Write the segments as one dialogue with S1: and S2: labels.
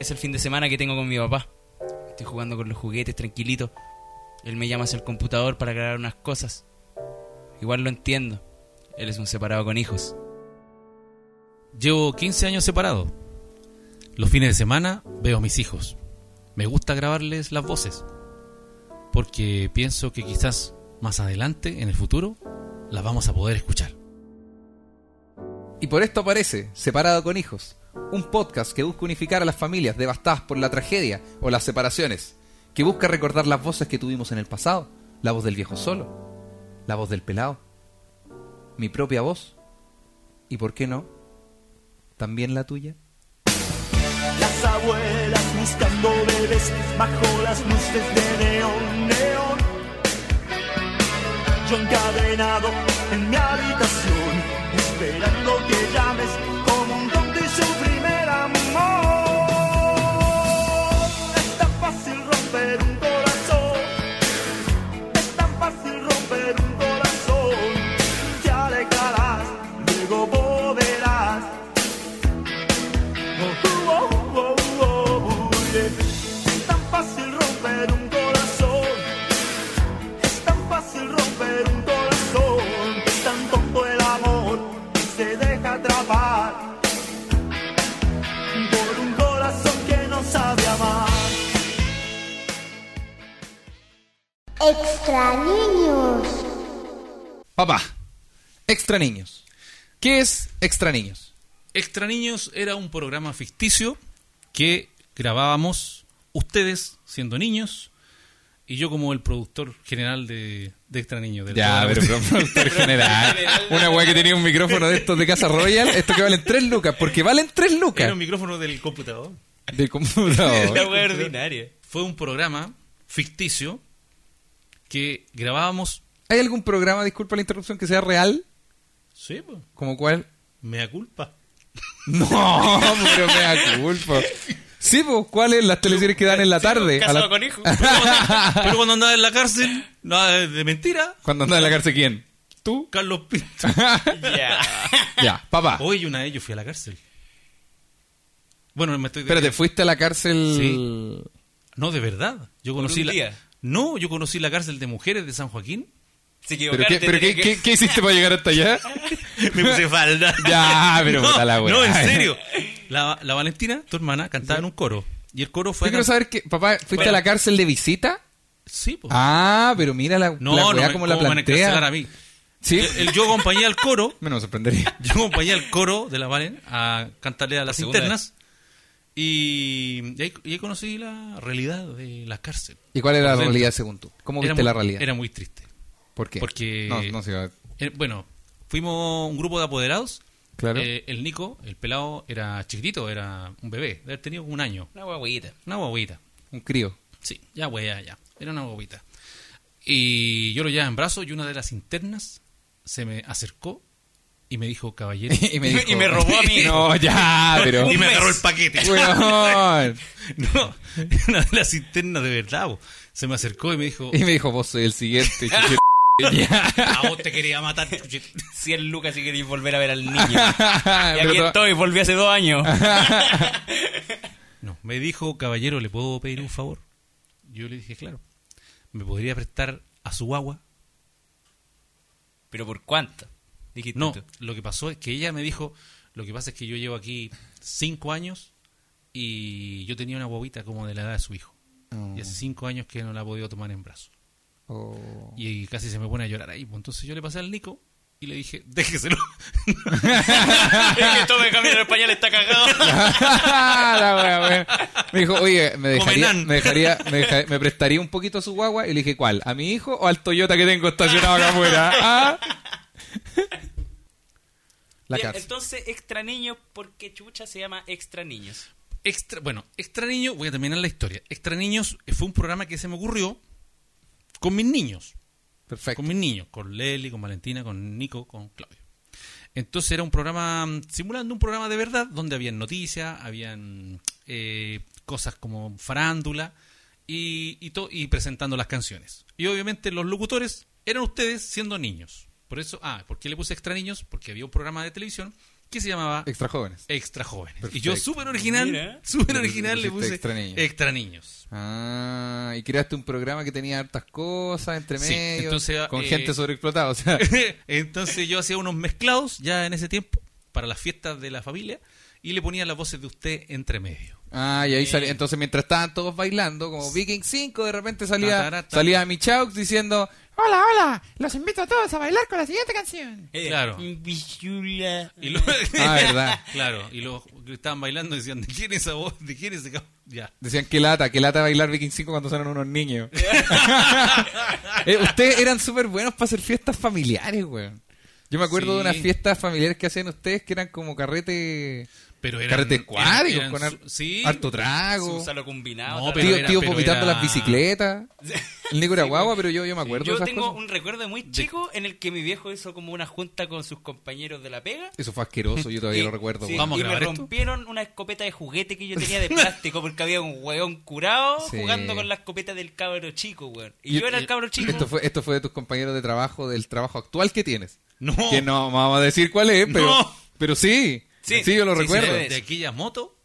S1: es el fin de semana que tengo con mi papá. Estoy jugando con los juguetes tranquilito. Él me llama hacia el computador para grabar unas cosas. Igual lo entiendo. Él es un separado con hijos.
S2: Llevo 15 años separado. Los fines de semana veo a mis hijos. Me gusta grabarles las voces. Porque pienso que quizás más adelante, en el futuro, las vamos a poder escuchar.
S3: Y por esto aparece Separado con Hijos, un podcast que busca unificar a las familias devastadas por la tragedia o las separaciones, que busca recordar las voces que tuvimos en el pasado, la voz del viejo solo, la voz del pelado, mi propia voz, y por qué no, también la tuya.
S4: Las abuelas buscando bebés bajo las luces de neón, neón. Yo encadenado en mi habitación, esperando que llames como un don de su primer amor. Es tan fácil romper un corazón, es tan fácil romper un corazón. Te alegrarás, luego volverás. Oh, oh, oh, oh, oh, yeah. Es tan fácil romper un corazón. Es tan fácil romper un corazón. Es tan tonto el amor que se deja atrapar por un corazón que no sabe amar.
S5: Extra niños.
S3: Papá, extra niños. ¿Qué es extra niños?
S2: Extra Niños era un programa ficticio que grabábamos ustedes siendo niños y yo como el productor general de, de Extra Niños. del
S3: Ya,
S2: programa.
S3: pero productor general. Una weá que tenía un micrófono de estos de Casa Royal, esto que valen 3 lucas, porque valen 3
S6: Era
S3: lucas
S6: un micrófono del computador.
S3: de computador.
S1: La wea ordinaria.
S2: Fue un programa ficticio que grabábamos...
S3: ¿Hay algún programa, disculpa la interrupción, que sea real?
S6: Sí, pues.
S3: ¿Como cuál?
S6: Mea culpa.
S3: No, pero me da culpa. Sí, pues, ¿cuáles las teleseries que dan en la tarde? A
S1: Casado
S3: la-
S1: con hijos.
S2: Pero cuando andaba en la cárcel, nada de de mentira,
S3: Cuando anda en la cárcel, ¿quién? ¿Tú?
S2: Carlos Pinto.
S3: Ya, papá.
S2: Hoy una de ellos fui a la cárcel. Bueno, me estoy...
S3: Espérate, ¿fuiste a la cárcel?
S2: No, de verdad. Yo
S1: Por
S2: conocí
S1: un
S2: la...
S1: día.
S2: No, yo conocí la cárcel de mujeres de San Joaquín.
S1: Se
S3: ¿Pero,
S1: equivocaron.
S3: qué, pero qué, qué- qué hiciste para llegar hasta allá?
S6: Me puse falda.
S3: Ya, pero puta la weá.
S2: No, en serio. La, la Valentina, tu hermana, cantaba en un coro. Y el coro
S3: Yo
S2: fue...
S3: quiero
S2: acá-
S3: saber que, papá, ¿fuiste
S1: Bueno.
S3: a la cárcel de visita?
S2: Sí, po.
S3: Ah, pero mira la,
S2: No,
S3: la
S2: no,
S3: weá
S2: me-
S3: como la
S2: ¿cómo van a encarcelar
S3: plantea.
S2: a mí.
S3: Sí,
S2: El, el- yo acompañé al coro,
S3: me no sorprendería.
S2: yo acompañé al coro de la Valen a cantarle a las
S1: segunda
S2: internas. Y, y ahí, y ahí conocí la realidad de la cárcel.
S3: ¿Y cuál era la
S2: Por dentro.
S3: realidad según tú? ¿Cómo
S2: Era
S3: viste
S2: muy-
S3: la realidad?
S2: Era muy triste.
S3: ¿Por qué?
S2: porque-
S3: No, no se va.
S2: Eh, bueno, fuimos un grupo de apoderados.
S3: Claro.
S2: Eh, el Nico, el pelado, era chiquitito, era un bebé. Debe haber tenido como un año.
S1: Una guaguita.
S2: Una guaguita.
S3: Un crío.
S2: Sí, ya wea, ya. Era una guaguita. Y yo lo llevaba en brazos y una de las internas se me acercó y me dijo, caballero...
S3: Y me,
S1: Y me-
S3: dijo-
S1: y me robó a mí.
S3: No, ya, pero.
S6: y me
S1: mes.
S6: agarró el paquete.
S3: Weón.
S2: no, una de las internas de verdad, bo. se me acercó y me dijo,
S3: Y me dijo, vos soy el siguiente. chuche-
S2: a vos te quería matar. chuchito".
S1: 100 lucas si queréis volver a ver al niño. y
S3: Pero
S1: aquí
S3: to-
S1: estoy, volví hace dos años.
S2: No, me dijo, caballero, ¿le puedo pedir un favor? Yo le dije, claro. ¿Me podría prestar a su guagua?
S1: ¿Pero por cuánto? Dijiste
S2: No,
S1: tú.
S2: lo que pasó es que ella me dijo, lo que pasa es que yo llevo aquí cinco años y yo tenía una guaguita como de la edad de su hijo. Y hace cinco años que no la ha podido tomar en brazos.
S3: Oh.
S2: Y casi se me pone a llorar ahí. pues. Entonces yo le pasé al Nico y le dije, déjeselo.
S1: El que tome camino al pañal está cagado.
S3: La wea, wea. Me dijo, oye, me dejaría,
S2: Comenán.
S3: me dejaría, me, deja- me prestaría un poquito a su guagua. Y le dije, ¿cuál? ¿A mi hijo o al Toyota que tengo estacionado acá afuera? Ah. La
S1: Bien,
S3: cárcel.
S1: entonces, extra niños, porque chucha se llama extra niños.
S2: Extra, bueno, Extra Niños, voy a terminar la historia. Extra Niños eh, fue un programa que se me ocurrió con mis niños.
S3: Perfecto.
S2: Con mis niños, con Leli, con Valentina, con Nico, con Claudio. Entonces era un programa, mm, simulando un programa de verdad, donde habían noticias, habían eh, cosas como farándula y, y, to- y presentando las canciones. Y obviamente los locutores eran ustedes siendo niños. Por eso, ah, ¿por qué le puse extra niños? Porque había un programa de televisión que se llamaba
S3: Extra jóvenes.
S2: Extra Jóvenes. Y
S3: Perfecto.
S2: yo súper original,
S1: Mira.
S2: súper
S3: Le
S2: original le puse
S3: pusiste Extra Niños.
S2: Extra Niños.
S3: Ah, y creaste un programa que tenía hartas cosas entre
S2: Sí,
S3: medio.
S2: entonces,
S3: con
S2: eh,
S3: gente sobreexplotada. O sea,
S2: Entonces yo hacía unos mezclados ya en ese tiempo para las fiestas de la familia y le ponía las voces de usted entre medio.
S3: ah, y ahí salía. Entonces, mientras estaban todos bailando, como Viking 5, de repente salía,
S2: Tatarata.
S3: salía Michaux diciendo: Hola, hola, los invito a todos a bailar con la siguiente canción.
S2: Eh,
S1: Eh,
S2: Claro.
S1: Pichula.
S2: Y luego-
S3: Ah, verdad.
S2: Claro, y luego estaban bailando y decían, ¿de quién es esa voz? ¿De quién es ese cab-?" Ya.
S3: Decían que lata, que lata bailar Viking 5 cuando son unos niños. Eh, ustedes eran súper buenos para hacer fiestas familiares, weón. Yo me acuerdo de
S2: Sí.
S3: unas fiestas familiares que hacían ustedes que eran como carrete.
S2: Pero eran,
S3: carrete acuático,
S2: eran-
S3: con
S2: eran
S3: har-
S2: su- sí,
S3: harto
S1: Un
S3: trago.
S1: salo combinado.
S2: No,
S1: otra
S2: pero
S3: tío,
S2: era-
S3: tío
S2: pero
S3: vomitando
S2: era-
S3: las bicicletas. El Nico era guagua, pero yo, yo me acuerdo de
S1: Yo
S3: esas
S1: tengo
S3: cosas.
S1: un recuerdo muy chico en el que mi viejo hizo como una junta con sus compañeros de la pega.
S3: Eso fue asqueroso, yo todavía
S1: Y-
S3: lo recuerdo.
S1: sí,
S3: weón.
S2: Vamos a
S1: y me
S2: grabar esto.
S1: rompieron una escopeta de juguete que yo tenía de plástico porque había un weón curado
S3: Sí.
S1: jugando con la escopeta del cabro chico, weón. Y,
S3: Y-
S1: yo era
S3: y-
S1: el cabro chico.
S3: Esto fue, esto fue de tus compañeros de trabajo, del trabajo actual que tienes.
S2: No,
S3: Que no vamos a decir cuál es, pero,
S2: No.
S3: pero sí, sí.
S1: Sí,
S3: yo lo
S1: sí, se
S3: recuerdo.
S1: debe.
S2: de aquella moto,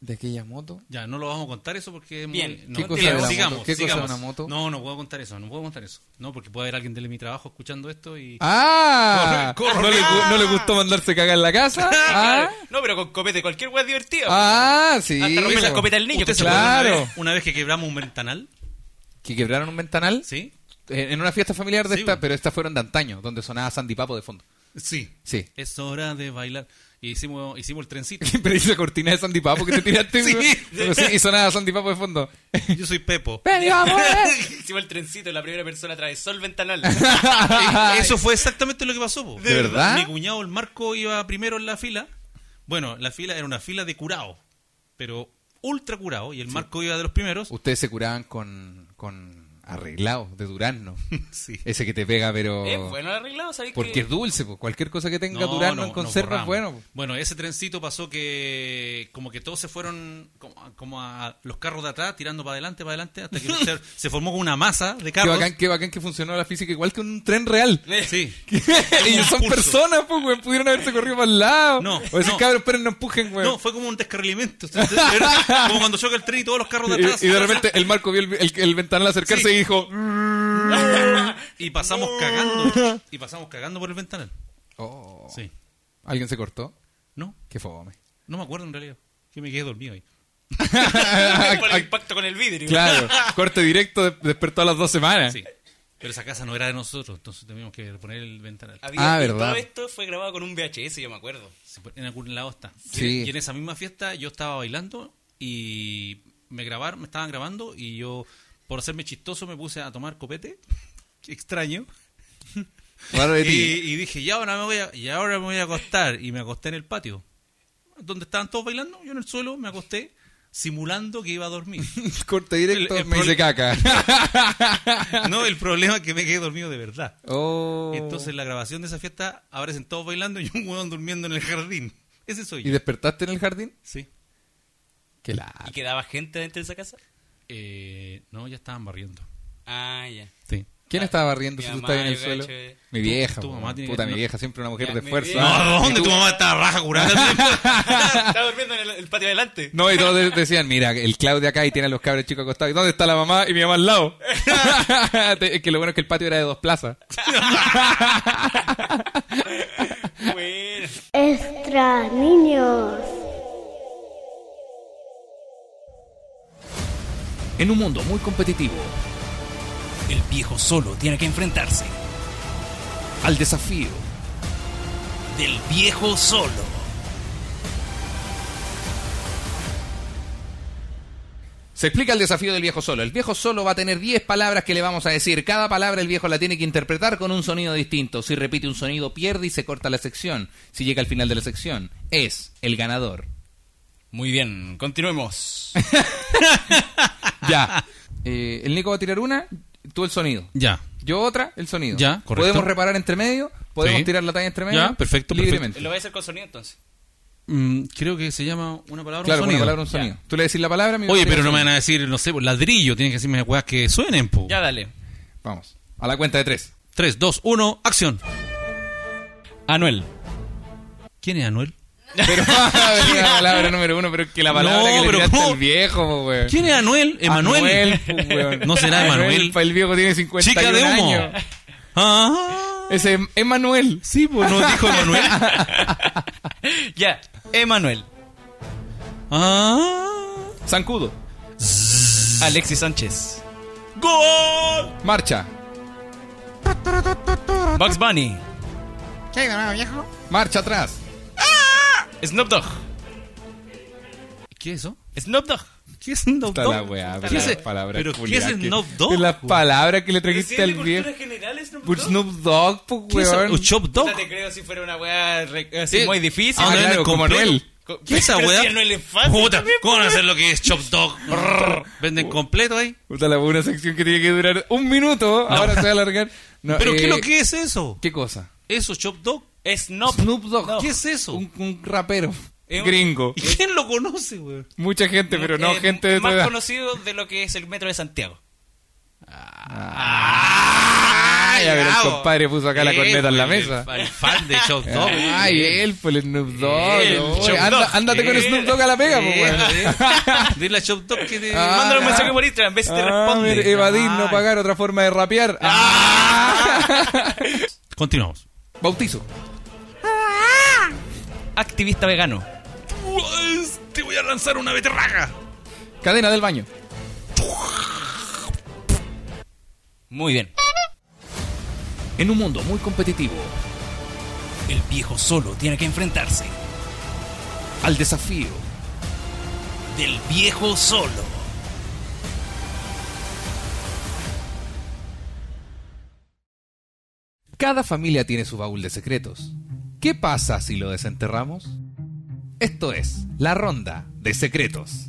S3: ¿De aquella moto?
S2: ya no lo vamos a contar eso porque... es muy-
S1: Bien.
S2: no,
S3: ¿Qué
S2: digamos,
S3: cosa
S1: de la moto?
S2: sigamos,
S3: ¿Qué cosa de
S2: sigamos.
S3: una moto?
S2: No, no puedo contar eso, no puedo contar eso. No, porque puede haber alguien de mi trabajo escuchando esto y...
S3: ¡Ah!
S2: Corre, corre.
S3: ¿No, le, gu- no le gustó mandarse cagar en la casa?
S1: Claro.
S3: ¡Ah!
S1: Eh, No, pero con copete, cualquier weón es divertido.
S3: ¡Ah! Sí.
S1: Hasta romper la
S3: po.
S1: escopeta del niño.
S2: ¿Usted se
S1: ¿cachai?
S3: Claro.
S2: acuerda una vez- Una vez que quebramos un ventanal,
S3: Que quebraron un ventanal
S2: ¿sí?
S3: eh, en una fiesta familiar de
S2: Sí,
S3: esta,
S2: bueno.
S3: pero estas fueron de antaño, donde sonaba Sandy Papo de fondo.
S2: Sí.
S3: Sí.
S2: Es hora de bailar. Y hicimos, hicimos el trencito.
S3: Pero hizo cortina de Sandy Papo que te tiraste.
S2: Sí.
S3: güey. Sí, y sonaba Sandy Papo de fondo.
S2: Yo soy Pepo.
S3: ¡Ven y vamos! eh.
S1: Encima el trencito, la primera persona atravesó el ventanal.
S2: Eso fue exactamente lo que pasó. po.
S3: ¿De verdad?
S2: Mi cuñado, el Marco, iba primero en la fila. Bueno, la fila era una fila de curado, pero ultra curado. Y el Marco iba de los primeros.
S3: Ustedes se curaban con, con arreglados de durazno.
S2: Sí.
S3: Ese que te pega, pero...
S1: Eh, bueno arreglado, ¿sabes
S3: Porque
S1: qué?
S3: es dulce, pues. Cualquier cosa que tenga durazno en
S2: nos
S3: conserva
S2: borramos.
S3: es bueno. po.
S2: Bueno, ese trencito pasó que como que todos se fueron como, a- como a los carros de atrás tirando para adelante, para adelante, hasta que se, se formó como una masa de
S3: Qué
S2: carros.
S3: bacán, qué bacán que funcionó la física igual que un tren real.
S2: Sí.
S3: Ellos son
S2: Impulso.
S3: personas, pues, güey. Pudieron haberse corrido para el lado.
S2: No,
S3: O decir,
S2: no.
S3: cabros, esperen, no empujen, güey.
S2: No, fue como un descarrilamiento. de verdad, como cuando choca el tren y todos los carros de atrás.
S3: y, y de repente el Marco vio el, el- el ventanal acercarse
S2: Sí. Mm.
S3: y dijo...
S2: Y pasamos cagando. Y pasamos cagando por el ventanal.
S3: "Oh".
S2: Sí.
S3: ¿Alguien se cortó?
S2: No,
S3: Qué fome.
S2: no me acuerdo en realidad. Que me quedé dormido ahí.
S1: Por el impacto con el vidrio.
S3: claro, corte directo, de- despertó a las dos semanas.
S2: Sí. Pero esa casa no era de nosotros, entonces teníamos que poner el ventanal.
S1: Había-
S3: Ah,
S1: y
S3: verdad.
S1: Todo esto fue grabado con un VHS, yo me acuerdo.
S2: Sí, En algún lado está.
S3: Sí.
S2: Y en esa misma fiesta yo estaba bailando y me grabaron, me estaban grabando y yo, por hacerme chistoso, me puse a tomar copete. Extraño.
S3: Raro de
S2: Y,
S3: ti.
S2: y dije, y ahora, me voy a, y ahora me voy a acostar. Y me acosté en el patio. Donde estaban todos bailando, yo en el suelo me acosté simulando que iba a dormir.
S3: corte directo,
S2: el- el
S3: me hice
S2: prole-
S3: caca.
S2: no, el problema es que me quedé dormido de verdad.
S3: Oh.
S2: Entonces en la grabación de esa fiesta aparecen todos bailando y un huevón durmiendo en el jardín. Ese soy
S3: ¿Y
S2: yo.
S3: despertaste en el jardín?
S2: Sí.
S3: Qué la...
S1: ¿Y quedaba gente dentro de esa casa?
S2: Eh, no, ya estaban barriendo.
S1: Ah, ya.
S2: Sí.
S3: ¿Quién
S1: Ah,
S3: estaba barriendo
S1: mi
S3: si tú
S1: mamá,
S3: estabas en el
S1: yo
S3: suelo?
S1: cacho, eh.
S3: Mi vieja,
S2: tu
S3: po,
S2: mamá tiene que-
S3: puta, mi
S2: no.
S3: vieja siempre una mujer
S1: Ya,
S3: de
S1: mi
S3: esfuerzo.
S1: vieja.
S3: ¿ah?
S2: No,
S3: ¿Y
S2: ¿dónde
S3: tú?
S2: tu mamá está raja curada?
S1: Estaba durmiendo en el, el patio de adelante.
S3: No, y todos de- decían, mira, el Claudio acá y tiene a los cabros chicos acostados. ¿Y dónde está la mamá? Y mi mamá al lado. Te- es que lo bueno es que el patio era de dos plazas.
S1: Bueno.
S5: Extra niños.
S3: En un mundo muy competitivo,
S1: El viejo solo tiene que enfrentarse.
S3: al desafío
S1: Del viejo solo.
S3: Se explica el desafío del viejo solo. El viejo solo va a tener 10 palabras que le vamos a decir. Cada palabra el viejo la tiene que interpretar con un sonido distinto. Si repite un sonido, pierde y se corta la sección. Si llega al final de la sección, es el ganador.
S1: Muy bien, continuemos.
S3: Ya. Eh, el Nico va a tirar una, tú el sonido.
S2: ya.
S3: Yo otra, el sonido.
S2: Ya, correcto.
S3: Podemos reparar entre medio, podemos
S2: Sí.
S3: tirar la talla entre medio.
S2: Ya, perfecto, perfecto.
S3: Libremente.
S1: Lo voy a hacer con sonido entonces.
S2: Mm, creo que se llama una palabra
S3: Claro,
S2: un
S3: una
S2: sonido.
S3: palabra, un sonido. Tú le decís la palabra, mi
S2: Oye,
S3: tira
S2: pero
S3: el
S2: no me van
S3: sonido.
S2: a decir, no sé, pues, ladrillo. Tienen que decirme weas que suenen, po.
S1: Ya dale.
S3: Vamos. A la cuenta de tres.
S2: 3, 2, 1, acción.
S1: Anuel.
S2: ¿Quién es Anuel?
S3: Pero venía la palabra número uno, pero es que la palabra
S2: No,
S3: que le
S2: pero
S3: tiraste
S2: ¿cómo?
S3: al viejo, po, weón.
S2: ¿Quién es Anuel? Emanuel.
S3: Manuel, po, weón.
S2: No será Emanuel.
S3: pa, El viejo tiene 51
S2: Chica de humo.
S3: años.
S2: Ah,
S3: Ese es Manuel.
S2: sí, pues no dijo Emanuel.
S1: Ya, Emanuel.
S2: Ah,
S3: Zancudo.
S1: Alexis Sánchez.
S3: Marcha.
S1: Bugs Bunny.
S3: Marcha atrás.
S1: Snoop Dogg.
S2: ¿Qué es eso?
S1: Snoop Dogg.
S2: ¿Qué es Snoop
S3: Está
S2: Dogg?
S3: la weá,
S2: ¿Qué
S3: pero
S2: es-
S3: las palabras
S2: ¿Pero qué es
S3: culiadas que-
S2: Snoop Dogg?
S3: Las palabras que le trajiste al viejo.
S1: general Snoop
S3: Por Snoop Dogg, po,
S2: ¿Qué es
S3: weón.
S2: un Chop Dog?
S1: Puta, te creo si fuera una weá re- así
S2: Sí.
S1: muy difícil.
S3: Ah,
S2: Anuel
S3: claro,
S2: es
S3: como
S2: completo.
S3: Anuel.
S1: Co-
S2: ¿Qué es esa
S1: pero
S2: weá?
S1: si a Anuel es fácil
S2: Puta,
S1: también,
S2: ¿cómo van a hacer lo que es Chop Dog? Brrr. Venden completo ahí.
S3: Puta, la una sección que tiene que durar un minuto. Ahora se va a alargar. No,
S2: ¿Pero qué
S3: eh,
S2: es lo que pues, es eso?
S3: ¿Qué cosa?
S2: ¿Eso, Chop Dog?
S1: Snoop.
S3: Snoop Dogg.
S1: No.
S2: ¿Qué es eso?
S3: Un, un rapero
S1: Es un-
S3: gringo.
S2: ¿Y quién lo conoce, güey?
S3: Mucha gente, pero no
S1: Eh,
S3: gente de tu
S1: Más
S3: edad.
S1: conocido de lo que es el metro de Santiago.
S3: Ay, a ver, el
S2: ya, bo.
S3: compadre puso acá la
S2: Eh,
S3: corneta en la
S2: güey,
S3: mesa.
S2: El, el fan de Chop Dog. Eh,
S3: Ay, él, pues el Snoop Dogg.
S2: El
S3: oye,
S2: Snoop
S3: anda-
S2: Dogg.
S3: ándate con
S2: Eh,
S3: Snoop Dogg a la pega, pues, weón.
S2: Dile a Chop Dog que te
S3: Ah,
S1: Mándale un
S3: ya.
S1: mensaje por Instagram, ves si te
S3: Ah, mira,
S1: responde.
S3: evadir, no
S2: este Ay. Ah.
S3: pagar, otra forma de rapear. Ah,
S2: Continuamos.
S3: Bautizo.
S1: Activista vegano.
S2: Te voy a lanzar una beterraga.
S3: Cadena del baño.
S1: Muy bien.
S3: En un mundo muy competitivo,
S1: El viejo solo tiene que enfrentarse.
S3: al desafío
S1: Del viejo solo.
S3: Cada familia tiene su baúl de secretos. ¿Qué pasa si lo desenterramos? Esto es la ronda de secretos.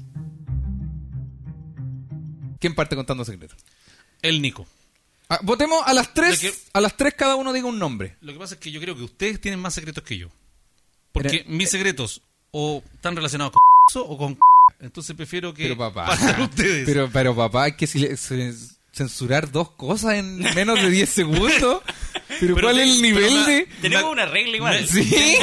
S3: ¿Quién parte contando secretos?
S2: El Nico.
S3: Ah, votemos a las tres.
S2: ¿De qué?
S3: A las tres cada uno diga un nombre.
S2: Lo que pasa es que yo creo que ustedes tienen más secretos que yo. Porque
S3: Pero-
S1: eh,
S2: mis secretos o están relacionados con o con entonces prefiero que
S3: Pero papá.
S2: partan ustedes.
S3: Pero, pero papá, hay que sil- sil- censurar dos cosas en menos de 10 segundos. Pero,
S2: Pero
S3: ¿cuál
S2: te-
S3: es
S2: pero
S3: el nivel
S2: ma-
S3: de...?
S1: Tenemos
S2: Ma-
S1: una regla igual.
S3: Sí.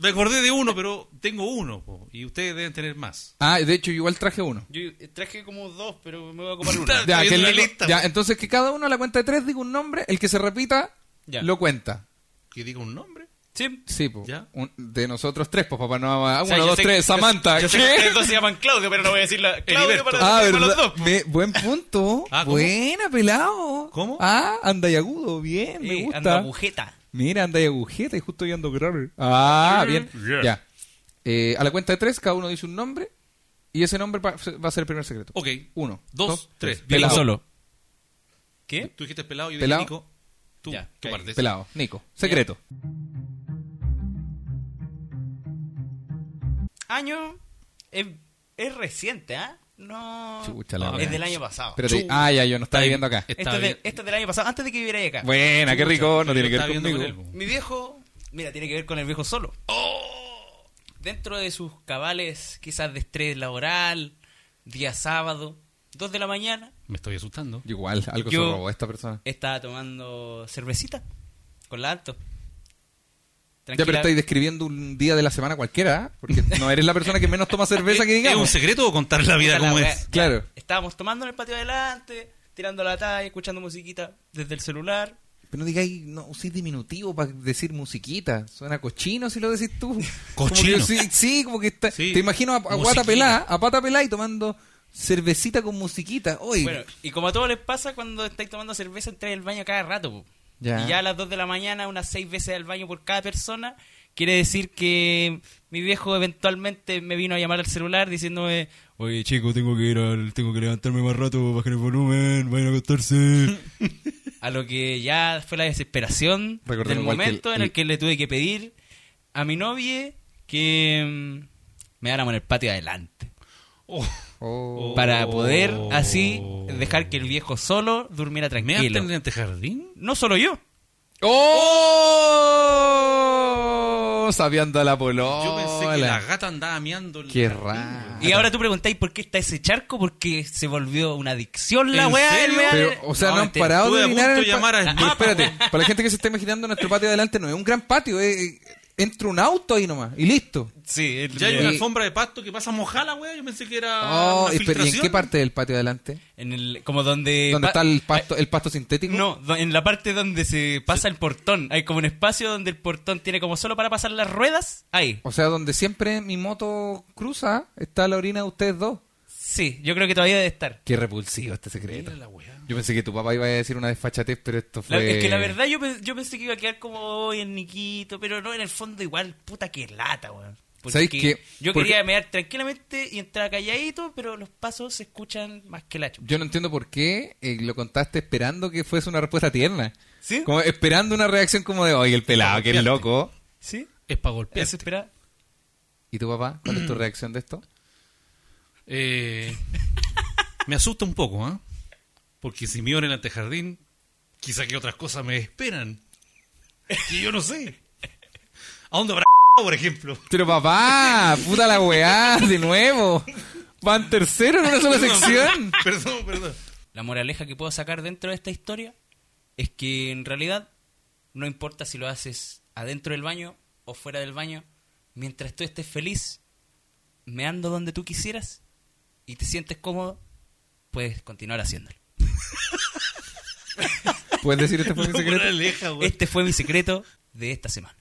S2: Me acordé de uno, pero tengo uno po, y ustedes deben tener más.
S3: Ah, de hecho, yo igual traje uno.
S1: Yo traje como dos, pero me voy a comprar
S2: uno.
S3: Ya,
S2: Estoy en
S3: que el
S2: la
S3: Nico-
S2: lista.
S3: ya, entonces que cada uno a la cuenta de tres diga un nombre, el que se repita
S1: Ya.
S3: lo cuenta.
S2: Que diga un nombre.
S1: Sí.
S3: Sí, po.
S2: ¿Ya?
S3: Un- de nosotros tres, pues papá, no vamos a...
S1: O sea,
S3: uno,
S1: yo
S3: dos,
S1: sé-
S3: tres,
S1: yo-
S3: Samantha.
S1: Yo sé
S3: ¿Qué?
S1: que ustedes dos se llaman Claudio, pero no voy a decir la Claudio
S2: Heriberto.
S1: para,
S3: Ah,
S1: para los
S3: verdad.
S1: dos.
S3: Me- buen punto.
S2: Ah, ¿cómo?
S3: Buena, pelado.
S2: ¿Cómo?
S3: Ah, anda y agudo. Bien, me
S1: Eh,
S3: gusta.
S1: ando agujeta.
S3: Mira, anda y agujeta y justo yo ando grave. Ah, bien.
S2: Yeah.
S3: Ya. Eh, a la cuenta de tres, cada uno dice un nombre. Y ese nombre pa- va a ser el primer secreto.
S2: Ok.
S3: Uno,
S2: Dos, tres.
S3: Pelado.
S2: Viejo
S1: solo. ¿Qué?
S2: Tú dijiste pelado, yo
S3: Pelado.
S2: dije Nico. Tú,
S1: Ya,
S2: tú
S1: ok.
S2: partes.
S3: Pelado. Nico. Secreto.
S1: Año es, es reciente, ¿ah? No.
S3: Chucha la
S1: es
S3: wea.
S1: del año pasado.
S3: Espérate. Ah, ya, yo no estaba
S2: Está
S3: viviendo acá.
S2: bien.
S1: Esto
S2: Está
S1: es,
S2: bien.
S1: de- esto es del año pasado, antes de que viviera acá.
S3: Buena, qué rico. No tiene que
S2: pues, Estaba
S3: ver
S2: viendo
S3: conmigo.
S2: con él, pues. po.
S1: Mi viejo, mira, tiene que ver con el viejo solo. Oh. Dentro de sus cabales, quizás de estrés laboral, día sábado, 2 de la mañana,
S2: Me estoy asustando.
S3: Igual, algo
S1: Yo-
S3: se robó esta persona.
S1: estaba tomando cervecita con la alto.
S3: Ya, pero
S1: Tranquila-
S3: estáis describiendo un día de la semana cualquiera, ¿eh? porque no eres la persona que menos toma cerveza que
S2: ¿Es un
S3: digamos.
S2: secreto o contar la vida
S1: Puta la
S2: como
S1: wea.
S2: es?
S3: Claro.
S1: Estábamos tomando en el patio de adelante, tirando la talla, escuchando musiquita desde el celular.
S3: Pero no digáis, no uséis diminutivo para decir musiquita. Suena cochino si lo decís tú.
S2: Cochino.
S3: Como que sí, sí, como que está-
S2: Sí.
S3: te imagino a, a guata
S2: Musiquita.
S3: pelada, a pata pelada y tomando cervecita con musiquita. Oye,
S1: Bueno, y como a todos les pasa cuando estáis tomando cerveza, entráis al baño cada rato. po.
S3: Ya.
S1: Y ya a las 2 de la mañana, unas 6 veces al baño por cada persona. Quiere decir que mi viejo eventualmente me vino a llamar al celular diciéndome: Oye, chico, tengo que ir al, tengo que levantarme más rato, bajen el volumen, vayan a acostarse. a lo que ya fue la desesperación
S3: Recordemos
S1: del
S3: igual que el-
S1: momento en el que le tuve que pedir a mi novia que mm, me dáramos en el patio adelante
S2: Oh,
S3: Oh.
S1: para poder así dejar que el viejo solo durmiera
S2: ¿Me hasta
S1: tranquilo.
S2: en el antejardín?
S1: No solo yo.
S3: ¡Oh! Sabiando a la polola.
S2: Yo pensé que la gata andaba meando. el
S3: Qué
S2: jardín.
S3: raro.
S1: Y ahora tú preguntáis por qué está ese charco, porque se volvió una adicción la
S2: ¿En
S1: weá. del
S2: serio?
S1: weá de-
S3: Pero, o sea, no,
S1: No,
S3: han
S7: este,
S1: te-
S3: parado
S2: estuve
S3: de
S2: a
S3: orinar
S2: punto
S3: en el
S2: de llamar
S3: pa-
S2: a
S3: Ah,
S2: Snoop.
S3: espérate, para la gente que se está imaginando nuestro patio de adelante no es un gran patio, es, entra un auto ahí nomás y listo.
S1: Sí, el-
S2: Ya hay una
S3: Y-
S2: alfombra de pasto que pasa mojada, weón. Yo pensé que era.
S3: Oh,
S2: Ah, una
S3: y, pero, ¿y en
S2: filtración.
S3: qué parte del patio adelante?
S1: en el, como donde...
S3: ¿Dónde
S1: Eh,
S3: está
S1: pa-
S3: el pasto, el pasto sintético?
S1: No, do- en la parte donde se pasa el portón. Hay como un espacio donde el portón tiene como solo para pasar las ruedas. Ahí.
S3: O sea, donde siempre mi moto cruza, está la orina de ustedes dos.
S1: Sí, yo creo que todavía debe estar.
S3: Qué repulsivo este secreto.
S2: Mira la weá.
S3: Yo pensé que tu papá iba a decir una desfachatez, pero esto fue...
S1: La- es que la verdad yo, pe- yo pensé que iba a quedar como hoy en Niquito, pero no, en el fondo igual, puta que lata, weón. Porque
S3: ¿Sabéis qué?
S1: Yo
S3: Porque-
S1: quería mear tranquilamente y entrar calladito, pero los pasos se escuchan más que la chupa.
S3: Yo no entiendo por qué eh, lo contaste esperando que fuese una respuesta tierna.
S1: ¿Sí?
S3: Como esperando una reacción como de, oye, el pelado, que es loco.
S1: ¿Sí?
S2: Es para golpear.
S1: Eso espera.
S3: ¿Y tu papá? ¿Cuál es tu reacción de esto?
S2: Eh, me asusta un poco, ¿ah? Porque si mío en el antejardín, quizá que otras cosas me esperan. Y yo no sé. ¿A dónde habrá por ejemplo?
S3: Pero papá, puta la weá, de nuevo. Van tercero en una sola sección.
S2: Perdón, perdón.
S1: La moraleja que puedo sacar dentro de esta historia es que en realidad no importa si lo haces adentro del baño o fuera del baño, mientras tú estés feliz, meando donde tú quisieras y te sientes cómodo, puedes continuar haciéndolo.
S3: ¿Puedes decir este fue mi secreto?
S2: Moraleja, güey.
S1: Este fue mi secreto de esta semana.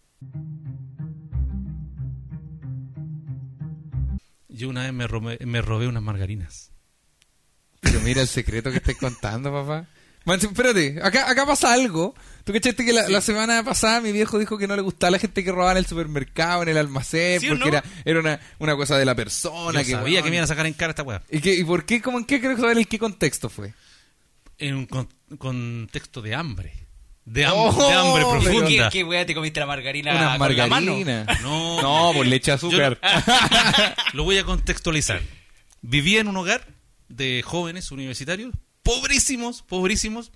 S2: Yo una vez me robé, me robé unas margarinas.
S3: Pero mira el secreto que estás contando, papá. Man, espérate, acá, acá pasa algo. ¿Tú cachaste que la, la semana pasada mi viejo dijo que no le gustaba la gente que robaba en el supermercado, en el almacén,
S1: ¿Sí o
S3: porque
S1: no?
S3: era, era una, una cosa de la persona?
S2: Yo
S3: que,
S2: sabía
S3: weón.
S2: que me iban a sacar en cara esta weá.
S3: ¿Y, qué- y por qué? ¿Cómo en qué creo saber en qué contexto fue?
S2: En un con- contexto de hambre. De, ham-
S3: Oh,
S2: de hambre
S3: pero-
S2: profunda.
S1: ¿Qué, qué weá te comiste la margarina
S3: Una
S1: con la mano?
S3: margarina.
S2: No.
S3: no, Ah. por leche de
S2: Yo-
S3: azúcar.
S2: Lo voy a contextualizar. Vivía en un hogar de jóvenes universitarios, pobrísimos, pobrísimos,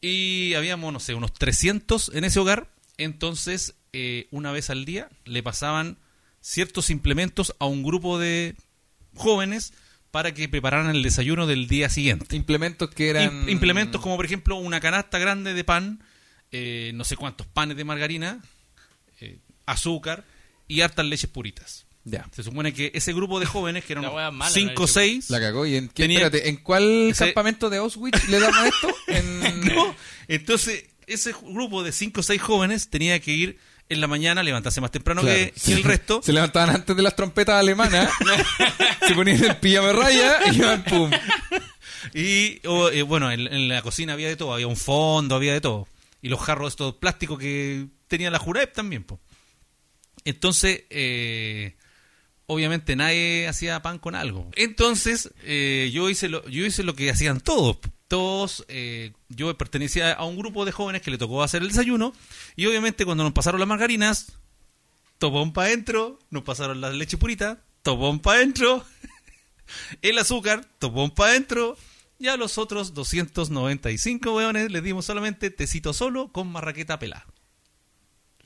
S2: y habíamos, no sé, unos 300 en ese hogar. Entonces, eh, una vez al día le pasaban ciertos implementos a un grupo de jóvenes para que prepararan el desayuno del día siguiente.
S3: Implementos que eran.
S2: Im- implementos como por ejemplo una canasta grande de pan, eh, no sé cuántos panes de margarina, eh, azúcar y hartas leches puritas.
S3: Ya.
S2: Se supone que ese grupo de jóvenes, que
S1: La wea
S2: eran
S1: mala,
S2: 5
S1: la
S2: o
S1: leche
S2: 6,
S3: La cagó. ¿Y en qué?
S2: Tenía-
S3: Espérate, ¿en cuál
S2: Ese-
S3: campamento de Auschwitz le damos esto? En...
S2: entonces ese grupo de 5 o 6 jóvenes tenía que ir en la mañana, levantarse más temprano
S3: Claro.
S2: que, que el resto.
S3: Se levantaban antes de las trompetas alemanas, se ponían el pijama raya y iban pum.
S2: Y o, eh, bueno, en, en la cocina había de todo, había un fondo, había de todo. Y los jarros estos plásticos que tenía la Jurep también, po. Entonces, eh, obviamente nadie hacía pan con algo. Entonces, eh, yo, hice lo, yo hice lo que hacían todos. Todos, eh, yo pertenecía a un grupo de jóvenes que le tocó hacer el desayuno. Y obviamente cuando nos pasaron las margarinas, topón para adentro, nos pasaron la leche purita, topón para adentro, el azúcar, topón para adentro. Y a los otros 295 weones les dimos solamente tecito solo con marraqueta pelada.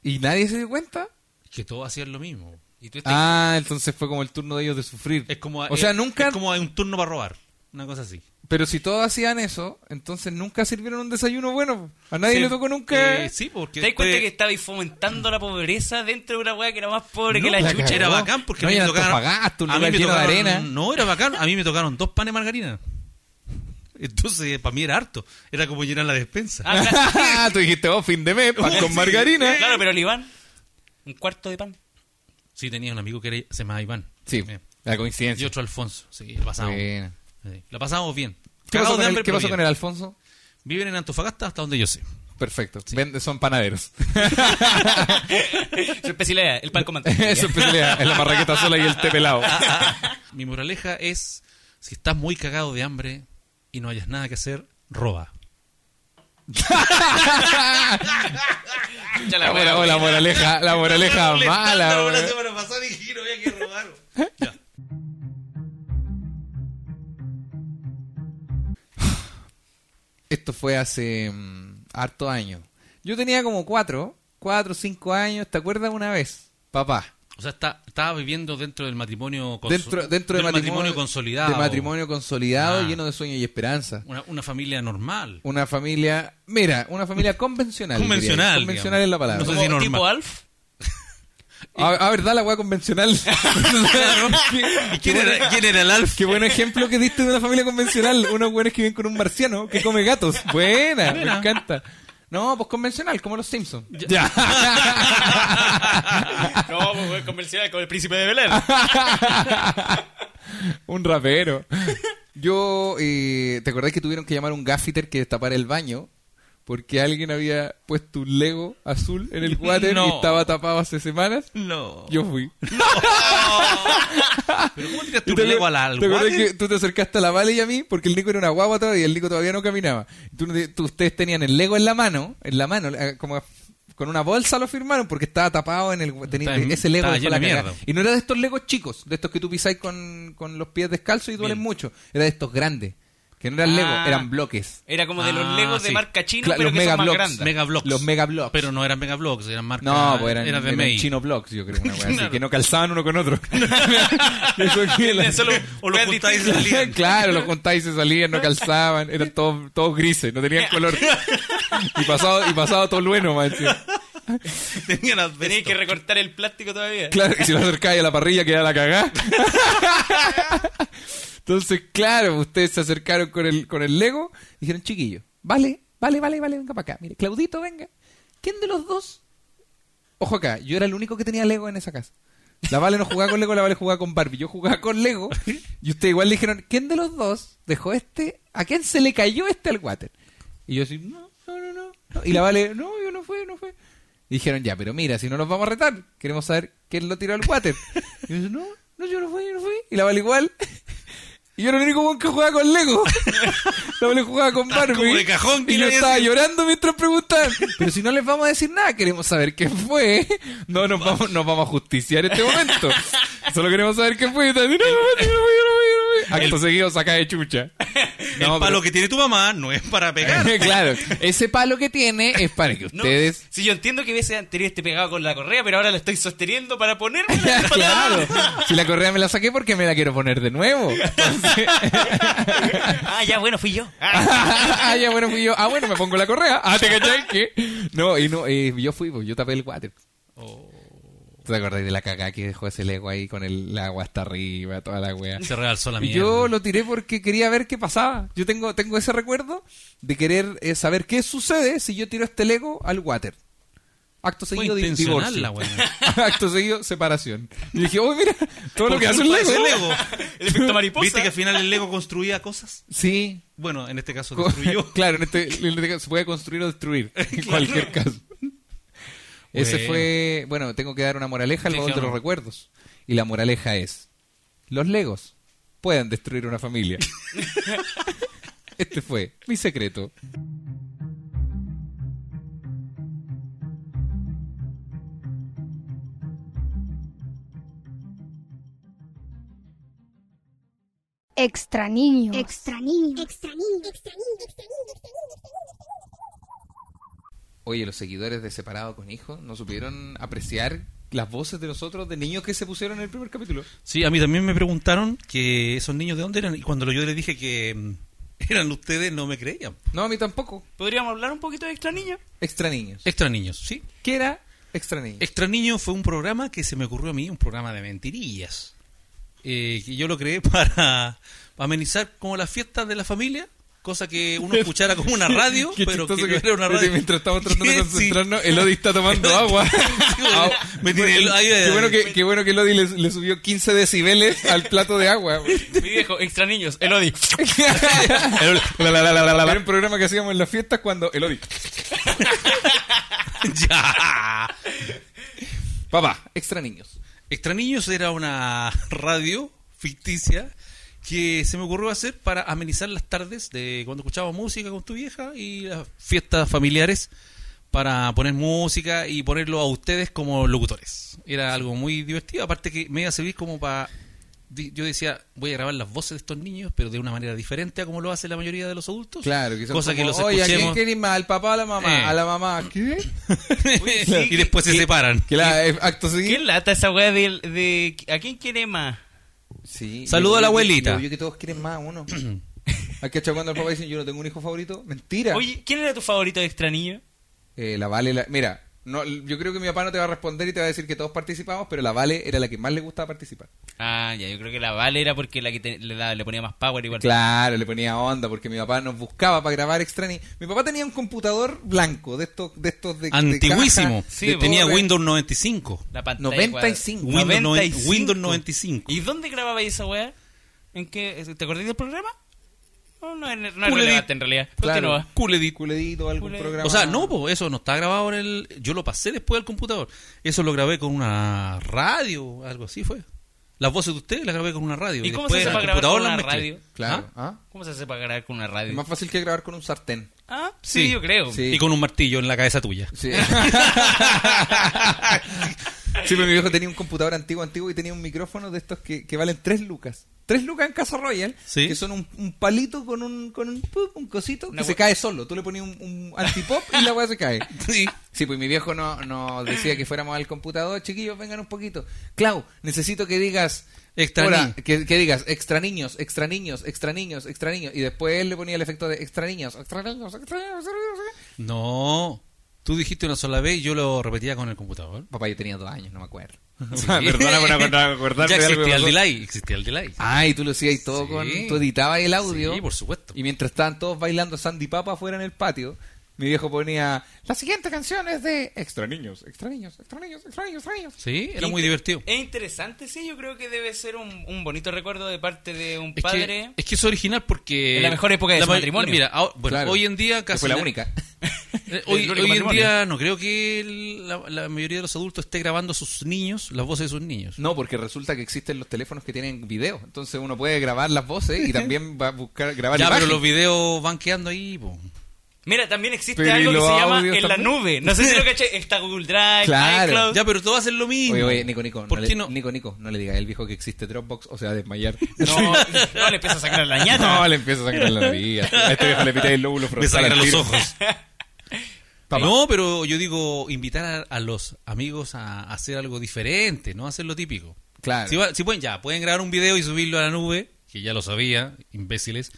S3: ¿Y nadie se dio cuenta?
S2: Que todos hacían lo mismo.
S1: Y tú estás-
S3: Ah, entonces fue como el turno de ellos de sufrir.
S2: Es como,
S3: o sea,
S2: es-
S3: nunca.
S2: es como hay un turno para robar. Una cosa así.
S3: Pero si todos hacían eso, entonces nunca sirvieron un desayuno bueno. A nadie
S2: Sí,
S3: le tocó nunca.
S2: eh, sí, porque.
S1: ¿Te das cuenta
S2: te-
S1: que estabais fomentando la pobreza dentro de una weá que era más pobre
S2: no,
S1: que la,
S3: la
S1: chucha?
S3: cagó.
S2: Era bacán porque
S3: No,
S2: a mí
S3: y
S2: me
S3: en
S2: tocaron.
S3: Antofagasta, un
S2: a mí me
S3: lugar lleno de
S2: tocaron-
S3: arena.
S2: No, era bacán. A mí me tocaron dos panes margarina. Entonces, eh, para mí era harto. Era como llenar la despensa.
S1: Ah, claro,
S3: Tú dijiste, oh, fin de mes, pan con margarina.
S1: claro, pero el Iván, un cuarto de pan.
S2: Sí, tenía un amigo que era, se llamaba Iván.
S3: Sí,
S2: Eh,
S3: la
S2: Y
S3: coincidencia.
S2: otro Alfonso. Sí, la pasamos.
S3: Bueno.
S2: Sí, la pasamos bien.
S3: ¿Qué
S2: Cagados
S3: pasó,
S2: de
S3: con el,
S2: hambre,
S3: qué
S2: pero
S3: pasó
S2: bien.
S3: con el Alfonso?
S2: Viven en Antofagasta hasta donde yo sé.
S3: Perfecto. Vende- son panaderos.
S1: Su especialidad, el pan con mantequilla.
S3: Eso es pelea. Es la marraqueta sola y el té pelado.
S2: Mi moraleja es: si estás muy cagado de hambre y no hayas nada que hacer, roba.
S1: Ya la
S3: La,
S1: weá.
S3: mora- la moraleja, la moraleja mala. weón. Esto fue hace mm, harto años. Yo tenía como cuatro, cuatro, cinco años. ¿Te acuerdas una vez, papá?
S2: O sea, está, estaba viviendo dentro del matrimonio conso-
S3: Dentro, dentro de
S2: del
S3: matrimonio,
S2: consolidado.
S3: De matrimonio consolidado,
S2: Ah.
S3: lleno de sueños y esperanza.
S2: Una, una familia normal.
S3: Una familia, mira, una familia convencional. diría yo.
S2: Convencional,
S3: Convencional es la palabra.
S2: digamos. No sé
S1: Como
S2: si normal.
S1: tipo Alf.
S3: Ah, ah, verdad, la weá convencional.
S2: ¿Y quién era, quién era el Alf?
S3: Qué buen ejemplo que diste de una familia convencional. Unos buenos que viven con un marciano que come gatos. Buena, me encanta. No, pues convencional, como los Simpsons. Ya.
S1: No, pues weón, convencional con el príncipe de Belén.
S2: Ah.
S3: un rapero. Yo, eh, ¿te acordás que tuvieron que llamar a un gaffiter que destapara el baño? Porque alguien había puesto un Lego azul en el water y
S2: No.
S3: estaba tapado hace semanas.
S2: No.
S3: Yo fui.
S2: ¿Pero cómo tiraste
S3: ¿Y
S2: un
S3: te-
S2: lego al al
S3: ¿Te acuerdas
S2: water?
S3: que tú te acercaste a la Vale y a mí? Porque el Nico era una guagua todavía, el Nico todavía no caminaba. Y Tú, tú- ustedes tenían el Lego en la mano, en la mano, eh, como con una bolsa lo firmaron porque estaba tapado en el tenía,
S2: Estaba-
S3: ese Lego
S2: estaba
S3: fue
S2: lleno
S3: la
S2: de
S3: cagada.
S2: mierda.
S3: Y no era de estos Legos chicos, de estos que tú pisáis con, con los pies descalzos y duelen
S2: Bien.
S3: mucho. Era de estos grandes, que no eran
S1: Ah.
S3: Lego, eran bloques.
S1: Era como de
S2: Ah,
S1: los legos
S2: sí.
S1: de marca china,
S3: Claro,
S1: pero
S3: los
S1: que son
S3: Megablocks.
S1: más grandes.
S2: Mega Bloks.
S3: Los Mega Bloks.
S2: Pero no eran Mega Bloks, eran marca.
S3: No, pues eran,
S2: era de
S3: eran
S2: May.
S3: chino blocks, yo creo, una wea así,
S2: Claro.
S3: que no calzaban uno con otro. Eso que la-
S1: Solo-
S2: O lo
S1: weas
S2: juntáis y
S1: distintas.
S2: salían.
S3: Claro, los contáis y se salían, no calzaban, eran todos, todos grises, no tenían color. Y pasado, y pasado todo bueno, man. sí.
S2: Tenían asbesto.
S1: Tenías que recortar el plástico todavía.
S3: Claro, y si lo acercáis a la parrilla queda la cagá. Entonces, claro, ustedes se acercaron con el, con el Lego y dijeron, chiquillo, vale, vale, vale, vale, venga para acá. Mire, Claudito, venga. ¿Quién de los dos? Ojo acá, yo era el único que tenía Lego en esa casa. La Vale no jugaba con Lego, la Vale jugaba con Barbie. Yo jugaba con Lego. Y ustedes igual le dijeron, ¿quién de los dos dejó este? ¿A quién se le cayó este al water? Y yo así, no, no, no, no, no. Y la Vale, no, yo no fue, no fue. Y dijeron, ya, pero mira, si no nos vamos a retar, queremos saber quién lo tiró al water. Y yo, no, no, yo no fui, yo no fui. Y la Vale igual. Y yo era el único weón que jugaba con Lego. La Vale jugaba con
S2: Estás
S3: Barbie.
S2: como de cajón que
S3: y
S2: no
S3: yo
S2: hayas-
S3: estaba llorando mientras preguntaban. Pero si no les vamos a decir nada, queremos saber qué fue. No nos vamos, nos vamos a justiciar en este momento. Solo queremos saber qué fue. Y están, no, no, no, no, no, no, no. Acto seguido saca de chucha.
S2: El
S3: No,
S2: palo
S3: pero-
S2: que tiene tu mamá no es para pegar.
S3: claro, ese palo que tiene es para que
S1: No,
S3: ustedes
S1: Si yo entiendo que veces anterior esté pegado con la correa, pero ahora la estoy sosteniendo para ponerme la
S3: claro. Si la correa me la saqué porque me la quiero poner de nuevo. Entonces-
S1: Ah, ya, bueno, fui yo. Ah.
S3: ah, ya bueno fui yo. Ah, bueno, me pongo la correa. Ah, te cachai que. No, y no, eh, yo fui, pues, yo tapé el water.
S2: Oh.
S3: ¿Te acordás de la cagada que dejó ese lego ahí con el agua hasta arriba, toda la wea?
S2: Se realzó la
S3: Y
S2: mierda.
S3: yo lo tiré porque quería ver qué pasaba. Yo tengo, tengo ese recuerdo de querer eh, saber qué sucede si yo tiro este lego al water. Acto
S2: Fue
S3: seguido di-
S2: intencional
S3: divorcio.
S2: la wea.
S3: Acto seguido separación. Y dije, oh, mira, todo lo
S2: Por
S3: que hace un
S2: culpa
S3: lego.
S2: de ese Lego.
S1: El efecto mariposa.
S2: ¿Viste que al final el Lego construía cosas?
S3: Sí,
S2: Bueno, en este caso
S3: Co-
S2: construyó.
S3: claro, en este, en este caso se puede construir o destruir, en cualquier caso. Ese
S2: Bueno.
S3: fue, bueno, tengo que dar una moraleja al
S2: Sí,
S3: baúl de
S2: claro.
S3: los recuerdos. Y la moraleja es, los legos pueden destruir una familia. este fue mi secreto.
S8: Extra niños.
S5: Extra niños. Extra niños. Extra niños. Extra niños. Extra niños. Extra niños.
S3: Oye, los seguidores de Separado con Hijos no supieron apreciar las voces de nosotros, de niños que se pusieron en el primer capítulo.
S2: Sí, a mí también me preguntaron que esos niños de dónde eran. Y cuando yo les dije que mm, eran ustedes, no me creían.
S3: No, a mí tampoco.
S1: ¿Podríamos hablar un poquito de extra niño?
S3: Extra niños.
S2: Extra niños, ¿sí?
S3: ¿Qué era extra niños?
S2: Extra Niño fue un programa que se me ocurrió a mí, un programa de mentirillas. Eh, que yo lo creé para amenizar como las fiestas de la familia, cosa que uno escuchara como una radio,
S3: Qué
S2: pero que
S3: chistoso
S2: no era una
S3: pero
S2: radio.
S3: Mientras estamos tratando de
S2: Sí.
S3: concentrarnos, el Odi está tomando agua. Ah,
S2: Me tiene el- ay, ay,
S3: qué, bueno
S2: ay.
S3: que, qué bueno que el Odi le, le subió 15 decibeles al plato de agua.
S1: Mi viejo, extra niños, Elodie.
S3: Era un programa que hacíamos en las fiestas cuando el Odi.
S2: ya.
S3: Papá, extra niños.
S2: Extra Niños era una radio ficticia que se me ocurrió hacer para amenizar las tardes de cuando escuchábamos música con tu vieja y las fiestas familiares para poner música y ponerlo a ustedes como locutores. Era algo muy divertido, aparte que me iba a servir como para... di- Yo decía, voy a grabar las voces de estos niños, pero de una manera diferente a como lo hace la mayoría de los adultos.
S3: Claro, que son
S2: Cosa que
S3: como,
S2: los
S3: Oye, ¿a quién
S2: escuchemos
S3: querís más? ¿Al papá o a la mamá?
S2: Eh.
S3: ¿A la mamá? ¿Qué?
S2: y después se separan.
S3: Que la, eh, acto
S1: ¿Qué
S3: seguido.
S1: lata esa weá de, de- ¿A quién quiere más?
S3: Sí,
S2: Saludo
S3: yo-
S2: a la
S3: yo-
S2: abuelita.
S3: Yo, yo que todos quieren más a uno. Hay que achar cuando el papá dice yo no tengo un hijo favorito. Mentira.
S1: Oye, ¿quién era tu favorito de extra niño?
S3: Eh, la vale, la- mira, No, yo creo que mi papá no te va a responder y te va a decir que todos participamos, pero la Vale era la que más le gustaba participar.
S1: Ah, ya, yo creo que la Vale era porque la que te- le, daba- le ponía más power igual.
S3: Claro, le ponía onda porque mi papá nos buscaba para grabar extraños. Mi papá tenía un computador blanco de estos de estos de de
S2: Antiguísimo.
S3: caja, pues,
S1: Sí,
S3: de
S1: po.
S2: Tenía
S3: torre.
S2: Windows 95.
S1: La pantalla
S3: 95.
S1: cuadrada.
S2: Windows noven- Windows 95.
S1: ¿Y dónde grababais esa weá? ¿En qué? ¿Te acordás del programa? No, no, es- no es
S2: Cool Edit.
S1: relevante en realidad.
S3: Claro,
S1: Continúa.
S3: Culedito, Culedito, algún
S1: Culedito.
S3: programa.
S2: O sea, no, po, eso no está grabado en el. Yo lo pasé después al computador. Eso lo grabé con una radio, algo así fue. Las voces de ustedes las grabé con una radio.
S1: ¿Y cómo
S2: después
S1: se
S2: en
S1: hace
S2: el
S1: para grabar
S2: computador
S1: con
S2: las
S1: una
S2: mezclé.
S1: radio?
S3: Claro. ¿Ah?
S1: ¿Cómo se hace para grabar con una
S3: Es
S1: radio?
S3: más fácil que grabar con un sartén.
S1: Ah, sí,
S2: Sí.
S1: yo creo.
S3: Sí.
S2: Y con un martillo en la cabeza tuya.
S3: Sí. sí, pero mi viejo tenía un computador antiguo, antiguo y tenía un micrófono de estos que, que valen tres lucas. Tres lucas en Casa Royal,
S2: Sí.
S3: que son un, un palito con un, con un, pup, un cosito que
S1: Una
S3: se
S1: hue-
S3: cae solo. Tú le ponías un, un antipop y la weá se cae.
S2: Sí.
S3: Sí, pues mi viejo no- nos decía que fuéramos al computador. Chiquillos, vengan un poquito. Clau, necesito que digas...
S2: Extra
S3: hola,
S2: ni-
S3: que, que digas extra niños, extra niños, extra niños, extra niños. Y después él le ponía el efecto de extra niños, extra niños, extra niños. Extra niños.
S2: No. Tú dijiste una sola vez y yo lo repetía con el computador.
S3: Papá, yo tenía dos años, no me acuerdo. Ah,
S2: Perdona por
S3: acordarme
S2: Ya
S3: de algo que
S2: existía el
S3: pasó.
S2: delay. Existía el delay.
S3: Ah, y tú lo hacías y todo
S2: Sí.
S3: con... Tú editabas el audio.
S2: Sí, por supuesto.
S3: Y mientras estaban todos bailando Sandy Papa afuera en el patio, mi viejo ponía... La siguiente canción es de... Extra niños, extra niños, extra niños, extra niños, extra niños.
S2: Sí, era
S1: Qué
S2: muy
S1: inter-
S2: divertido.
S1: Es interesante, sí, yo creo que debe ser un, un bonito recuerdo de parte de un
S2: Es
S1: padre.
S2: que, es que es original porque.
S1: Es la mejor época de su
S2: ma-
S1: matrimonio.
S2: Mira, ahora- bueno,
S3: Claro.
S2: hoy en día
S3: Que
S2: casi.
S3: fue la
S2: na-
S3: única.
S2: Eh, Hoy, hoy
S1: El único
S2: en
S1: matrimonio.
S2: día no creo que el- la, la mayoría de los adultos esté grabando sus niños, las voces de sus niños.
S3: No, porque resulta que existen los teléfonos que tienen video. Entonces uno puede grabar las voces y también va a buscar grabar
S2: ya, pero
S3: imagen.
S2: los videos van quedando ahí. po.
S1: Mira, también existe
S3: Pero ¿y
S1: algo que
S3: los
S1: se llama
S3: audios
S1: en la
S3: también?
S1: nube. No sé si lo caché. Está Google Drive,
S3: Claro.
S1: iCloud.
S2: Ya, pero todos hacen lo mismo.
S3: Oye, oye, Nico, Nico,
S2: ¿Por
S3: no
S2: qué
S3: le,
S2: no?
S3: Nico, Nico, no le digas al viejo que existe Dropbox o sea, desmayar.
S1: No, no le empieza a sacar la ñata.
S3: No, le empieza a sacar la nariz. A este viejo le pita el lóbulo
S2: Me
S3: frontal.
S2: sangran
S3: al
S2: los
S3: tiro.
S2: ojos.
S3: Papá.
S2: No, pero yo digo invitar a, a los amigos a, hacer algo diferente, no hacer lo típico.
S3: Claro.
S2: Si, va- si pueden, ya, pueden grabar un video y subirlo a la nube, que ya lo sabía, imbéciles.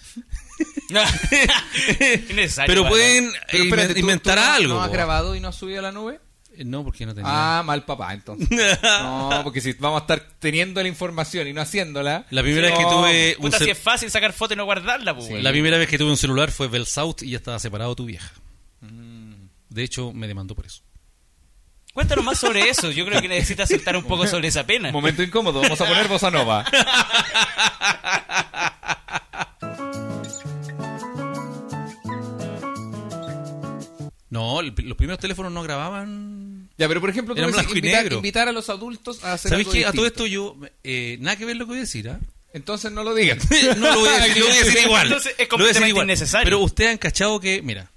S1: Innecesario,
S2: pero
S1: igual,
S2: pueden
S3: Pero
S2: eh,
S3: espérate, ¿tú-
S2: inventar
S3: tú no-
S2: algo.
S3: ¿No has
S2: po.
S3: grabado y no has subido a la nube?
S2: Eh, no, porque no tenía.
S3: Ah, mal papá, entonces. No, porque si vamos a estar teniendo la información y no haciéndola. oh.
S2: La primera vez que
S3: No,
S2: tuve un
S1: Puta,
S2: cel-
S1: si es fácil sacar foto y no guardarla, pues.
S2: La primera vez que tuve un celular fue Belsaut y ya estaba separado tu vieja.
S3: Mm.
S2: De hecho, me demandó por eso.
S1: Cuéntanos más sobre eso. Yo creo que necesitas soltar un poco sobre esa pena.
S3: Momento incómodo, vamos a poner bossa nova.
S2: No, el- los primeros teléfonos no grababan.
S3: Ya, pero por ejemplo, tú
S2: Era
S3: me decís
S2: blanco y
S3: invitar,
S2: negro.
S3: invitar a los adultos a hacer
S2: ¿Sabéis
S3: algo
S2: qué? A todo
S3: distinto.
S2: esto yo. eh, nada que ver lo que voy a decir, ¿ah?
S3: Entonces no lo digas.
S2: no lo voy a decir, lo voy a decir igual.
S1: Entonces,
S2: Lo voy a decir
S1: es completamente
S2: igual.
S1: innecesario.
S2: Pero ustedes han cachado que, mira,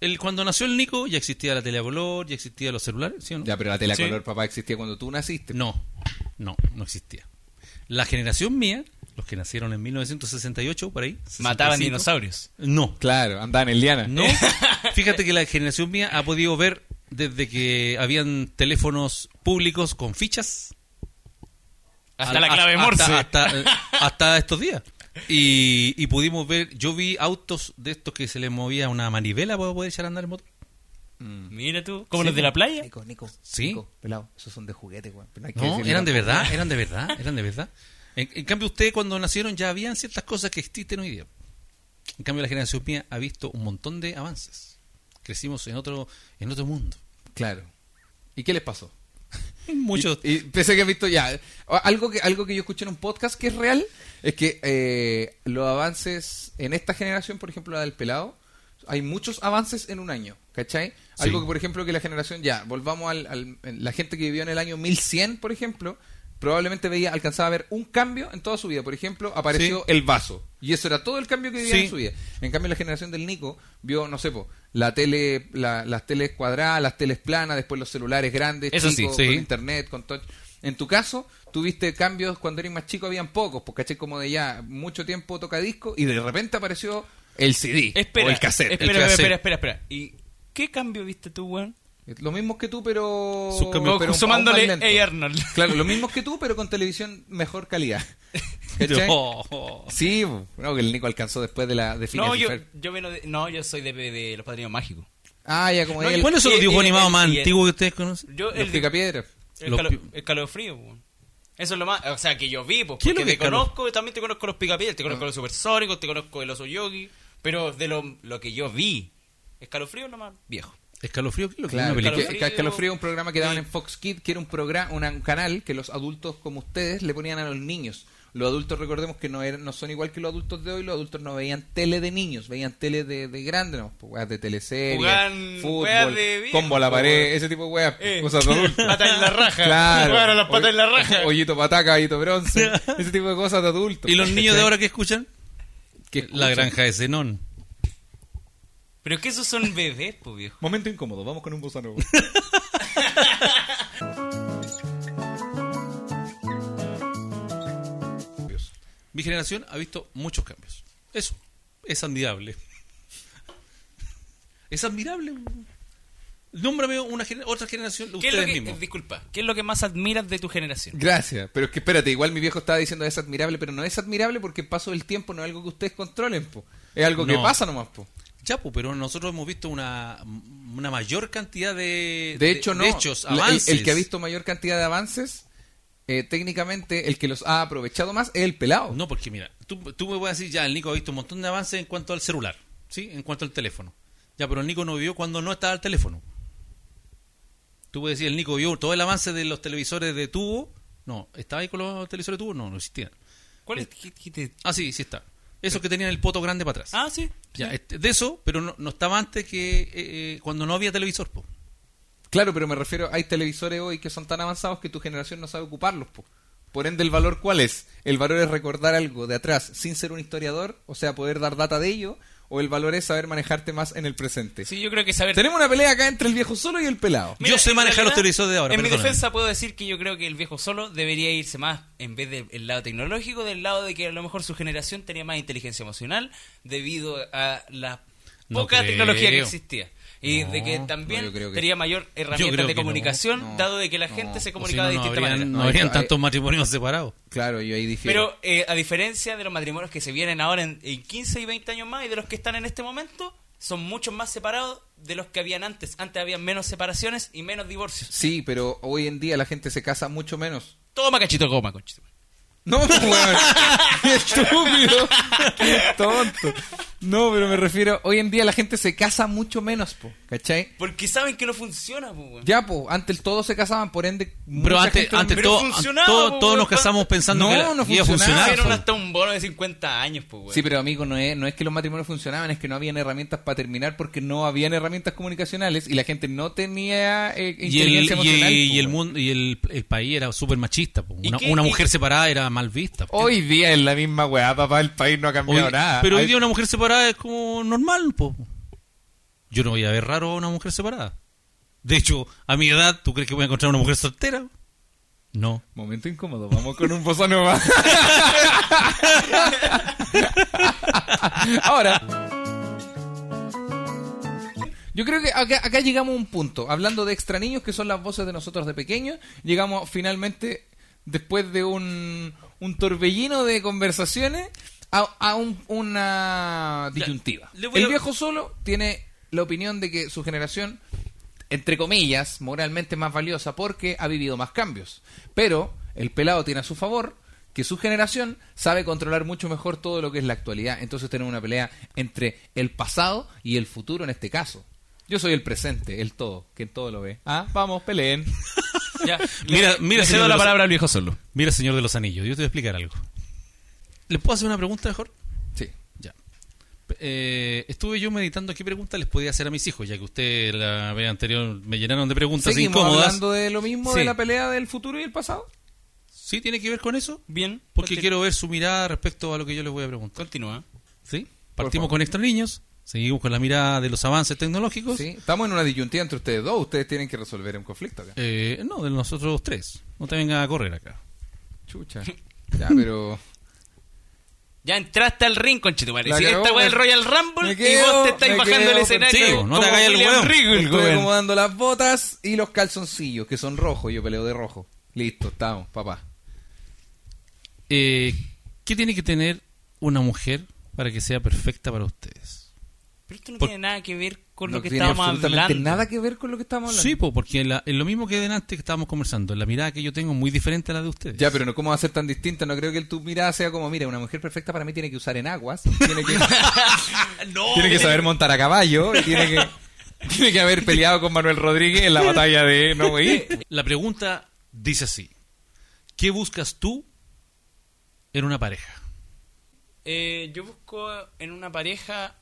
S2: el, cuando nació el Nico ya existía la tele a color, ya existían los celulares, ¿sí o no?
S3: Ya, pero la tele a
S1: Sí.
S3: color, papá, existía cuando tú naciste.
S2: No, no, no existía. La generación mía, los que nacieron en 1968, por ahí.
S1: Mataban
S2: 65,
S1: dinosaurios.
S2: No,
S3: Claro, andaban en liana.
S2: No, fíjate que la generación mía ha podido ver desde que habían teléfonos públicos con fichas.
S1: Hasta
S2: a-
S1: la clave
S2: hasta-
S1: Morse.
S2: Hasta, eh, hasta estos días. Y, y pudimos ver, yo vi autos de estos que se les movía una manivela para poder echar a andar el motor.
S1: Mira tú, como los de la playa.
S3: Nico, Nico.
S2: Sí.
S3: Nico, pelado, esos son de juguete, güey. Pero hay que
S2: No,
S3: decirle
S2: eran de
S3: tampoco.
S2: verdad, eran de verdad, eran de verdad. En, en cambio, ustedes cuando nacieron ya habían ciertas cosas que existen hoy día. En cambio, la generación mía ha visto un montón de avances. Crecimos en otro, en otro mundo.
S3: Claro. ¿Y qué les pasó?
S2: Muchos
S3: Y, y pensé que has visto ya. o- Algo que, algo que yo escuché en un podcast que es real es que eh, los avances en esta generación, por ejemplo, la del pelado, hay muchos avances en un año. ¿Cachai? Algo que, por ejemplo, que la generación ya, volvamos al, al- la gente que vivió en el año 1100, por ejemplo, probablemente veía, alcanzaba a ver un cambio en toda su vida. Por ejemplo, apareció
S2: Sí.
S3: el vaso. Y eso era todo el cambio que vivía
S2: Sí.
S3: en su vida. En cambio, la generación del Nico vio, no sé, po, la tele, la- las teles cuadradas, las teles planas, después los celulares grandes,
S2: Eso sí,
S3: chicos,
S2: sí.
S3: con internet, con touch. En tu caso, tuviste cambios cuando eres más chico, habían pocos, porque caché como de ya mucho tiempo tocadisco y de repente apareció el CD
S1: Espera,
S3: o el cassette.
S1: Espera,
S2: el cassette.
S1: espera, espera, espera. ¿Y qué cambio viste tú, weón?
S3: Lo mismo que tú, pero.
S2: Sus cambios.
S3: pero un-
S1: Sumándole
S3: aún más lento.
S1: Hey Arnold.
S3: Claro, lo mismo que tú, pero con televisión mejor calidad. ¿Cachai?
S2: No.
S3: Sí, no, que el Nico alcanzó después de la de Phineas
S1: No
S3: y
S1: yo,
S3: Ferb.
S1: yo veno de- no, yo soy de, de los padrinos mágicos.
S3: Ah, ya, como
S1: No,
S3: el,
S2: ¿Cuál es el
S1: y-
S2: dibujo
S1: y-
S2: animado
S1: y-
S2: más
S1: y-
S2: antiguo que ustedes conocen?
S1: Yo,
S3: los
S1: el,
S3: picapiedras.
S1: el
S2: los
S1: calo-
S2: pi-
S1: el calofrío, po. Eso es lo más. O sea, que yo vi, pues.
S2: ¿Qué es lo
S1: Porque
S2: que
S1: te
S2: es calo-
S1: conozco, también te conozco los picapiedras, te conozco los supersónicos, te conozco el oso yogi. Pero de lo, lo que yo vi, escalofrío nomás, viejo.
S2: ¿Escalofrío? ¿Qué es lo que es
S3: Claro,
S2: una película?
S3: que-
S1: Escalofrío.
S3: que Escalofrío es un programa que daban
S1: Sí.
S3: en Fox Kids, que era un programa, un canal que los adultos como ustedes le ponían a los niños. Los adultos, recordemos que no eran, no son igual que los adultos de hoy, los adultos no veían tele de niños, veían tele de, de grandes, no, pues, weas de teleseries,
S1: Jugaban
S3: fútbol,
S1: weas de viejos,
S3: combo a la
S1: pues,
S3: pared,
S1: weón.
S3: ese tipo de weas, pues,
S1: Eh,
S3: cosas de adultos.
S1: pata en la raja.
S3: Claro.
S1: Jugaban a las patas en la raja.
S3: Hoyito pataca, hoyito bronce, ese tipo de cosas de adultos.
S2: ¿Y los niños de ahora qué escuchan?
S3: Que
S2: La
S3: escuchan.
S2: granja de Zenón.
S1: Pero es que esos son bebés, pues, viejo.
S3: Momento incómodo, vamos con un bossa nova.
S2: Mi generación ha visto muchos cambios. Eso es admirable. Es admirable. Nómbrame una gener- otra generación,
S1: ¿Qué es lo
S2: ustedes
S1: que,
S2: mismos.
S1: eh, disculpa, ¿qué es lo que más admiras de tu generación?
S3: Gracias, pero es que espérate, igual mi viejo estaba diciendo es admirable, pero no es admirable porque el paso del tiempo no es algo que ustedes controlen, po. es algo que
S2: No.
S3: pasa nomás. Po.
S2: Ya, pues, pero nosotros hemos visto una, una mayor cantidad Eh, de,
S3: De hecho, no.
S2: de hechos,
S3: La- el-
S2: avances.
S3: El, que ha visto mayor cantidad de avances, eh, técnicamente el que los ha aprovechado más es el pelado.
S2: No, porque mira, tú, tú me puedes decir, ya, el Nico ha visto un montón de avances en cuanto al celular, ¿sí? En cuanto al teléfono. Ya, pero el Nico no vivió cuando no estaba el teléfono. Tú puedes decir, el Nico vio todo el avance de los televisores de tubo. No, ¿estaba ahí con los televisores de tubo? No, no existían.
S1: ¿Cuál es? qué- qué te-
S2: Ah, sí, sí está. Esos que tenían el poto grande para atrás.
S1: Ah, sí.
S2: Ya, este, de eso, pero no, no estaba antes que eh, eh, cuando no había televisor, po.
S3: Claro, pero me refiero, hay televisores hoy que son tan avanzados que tu generación no sabe ocuparlos. Po. Por ende, ¿el valor cuál es? El valor es recordar algo de atrás sin ser un historiador, o sea, poder dar data de ello, o el valor es saber manejarte más en el presente.
S1: Sí, yo creo que saber.
S3: Tenemos una pelea acá entre el viejo solo y el pelado.
S1: Mira,
S2: Yo sé
S1: en
S2: manejar
S1: realidad,
S2: los televisores de ahora,
S1: En mi
S2: perdóname.
S1: defensa puedo decir que yo creo que el viejo solo debería irse más, en vez del el lado tecnológico, del lado de que a lo mejor su generación tenía más inteligencia emocional debido a la
S2: No
S1: poca
S2: creo.
S1: tecnología que existía. Y de que
S2: No,
S1: también
S3: no, yo creo que-
S1: tenía mayor herramienta
S2: creo
S1: de
S2: que no.
S1: comunicación,
S3: No,
S1: dado de que la
S3: no.
S1: gente
S3: O
S1: se
S2: O si
S1: comunicaba
S2: no,
S1: de
S2: no
S1: distinta
S2: habrían,
S1: manera.
S2: no
S3: No,
S2: habrían
S3: hay-
S2: tantos matrimonios separados.
S3: Claro, yo ahí difiero.
S1: Pero eh, a diferencia de los matrimonios que se vienen ahora en, en 15 y 20 años más y de los que están en este momento, son muchos más separados de los que habían antes. Antes había menos separaciones y menos divorcios.
S3: Sí, pero hoy en día la gente se casa mucho menos.
S1: Toma cachito goma, conchito.
S3: No, pues, weón. Qué estúpido. Qué tonto. No, pero me refiero, hoy en día la gente se casa mucho menos, po, ¿cachai?
S1: Porque saben que no funciona, pues, weón.
S3: Ya, po, antes todos se casaban, por ende...
S2: Pero
S3: mucha
S2: antes,
S3: gente-
S2: antes
S1: pero
S2: todo-
S1: funcionaba,
S2: todo-
S1: po,
S2: todos nos
S1: weón.
S2: casamos pensando
S3: No,
S2: que la-
S3: no
S2: iba a
S3: funcionaba.
S2: funcionar.
S1: Hicieron
S2: po.
S1: hasta un bono de 50 años, pues, weón.
S3: Sí, pero amigo, no es, no es que los matrimonios funcionaban, es que no habían herramientas para terminar porque no habían herramientas comunicaciones y la gente no tenía eh,
S2: y el, y-
S3: inteligencia emocional.
S2: y
S3: po,
S2: el
S3: weón.
S2: mundo y el, el país era súper machista po.
S1: ¿Y
S2: una,
S1: qué-
S2: una
S1: y-
S2: mujer separada era mal vista po.
S3: Hoy día es la misma weá, papá, el país no ha
S1: Oh,
S2: Hoy-
S3: cambiado nada.
S2: pero hoy
S3: Hay-
S2: día una mujer separada es como normal po. yo no voy a ver raro a una mujer separada de hecho a mi edad tú crees que voy a encontrar una mujer soltera no
S3: Momento incómodo, vamos con un bossa nova. Ahora. Yo creo que acá, acá llegamos a un punto, hablando de extra niños, que son las voces de nosotros de pequeños, llegamos finalmente, después de un, un torbellino de conversaciones, a, a un- una disyuntiva.
S2: Le- le voy
S3: El
S2: a-
S3: viejo solo tiene la opinión de que su generación entre comillas, moralmente más valiosa porque ha vivido más cambios. Pero el pelado tiene a su favor que su generación sabe controlar mucho mejor todo lo que es la actualidad. Entonces tenemos una pelea entre el pasado y el futuro en este caso. Yo soy el presente, el todo, que todo lo ve. Ah, vamos, peleen.
S1: Ya.
S2: Mira-
S1: Le-
S2: mira, señor
S1: le cedo la
S2: Velosa.
S1: palabra al viejo solo.
S2: mira señor de los anillos yo te voy a explicar algo les puedo hacer una pregunta mejor
S3: Sí.
S2: Ya. Eh, estuve yo meditando qué preguntas les podía hacer a mis hijos, ya que usted la vez anterior me llenaron de preguntas
S3: Seguimos
S2: incómodas.
S3: hablando de lo mismo, de
S2: Sí.
S3: la pelea del futuro y el pasado.
S2: ¿Sí tiene que ver con eso?
S1: Bien.
S2: Porque
S1: continu-
S2: quiero ver su mirada respecto a lo que yo les voy a preguntar.
S1: Continúa.
S2: ¿Sí? Partimos con extra niños, seguimos con la mirada de los avances tecnológicos.
S3: Sí, estamos en una disyuntiva entre ustedes dos. Ustedes tienen que resolver un conflicto acá.
S2: Eh, no, de nosotros tres. No te venga a correr acá.
S3: Chucha. Ya, pero...
S1: Ya entraste al ring, conchito,
S3: La
S1: Si
S3: cagó,
S1: esta weá
S3: me-
S1: del Royal Rumble
S3: me
S1: y
S3: quedo-
S1: vos te estáis
S3: me
S1: bajando el
S3: quedo
S1: escenario.
S2: contigo, no te
S1: como
S2: hagas el
S1: William
S2: weón.
S1: Regal,
S3: Estoy
S1: weón.
S3: acomodando las botas y los calzoncillos, que son rojos. Yo peleo de rojo. Listo, estamos, papá.
S2: Eh, ¿Qué tiene que tener una mujer para que sea perfecta para ustedes?
S1: Pero esto no
S2: Por-
S1: tiene nada que ver con
S3: no
S1: lo que
S3: tiene
S1: estábamos
S3: absolutamente
S1: hablando.
S3: nada que ver con lo que estábamos hablando.
S2: Sí, po, porque la- es lo mismo que delante que estábamos conversando. La mirada que yo tengo es muy diferente a la de ustedes.
S3: Ya, pero no, ¿cómo va a ser tan distinta? No creo que el tu mirada sea como, mira, una mujer perfecta para mí tiene que usar enaguas, tiene que, tiene que saber montar a caballo, y tiene que, tiene que haber peleado con Manuel Rodríguez en la batalla de No Way.
S2: La pregunta dice así. ¿Qué buscas tú en una pareja?
S1: Eh, yo busco en una pareja,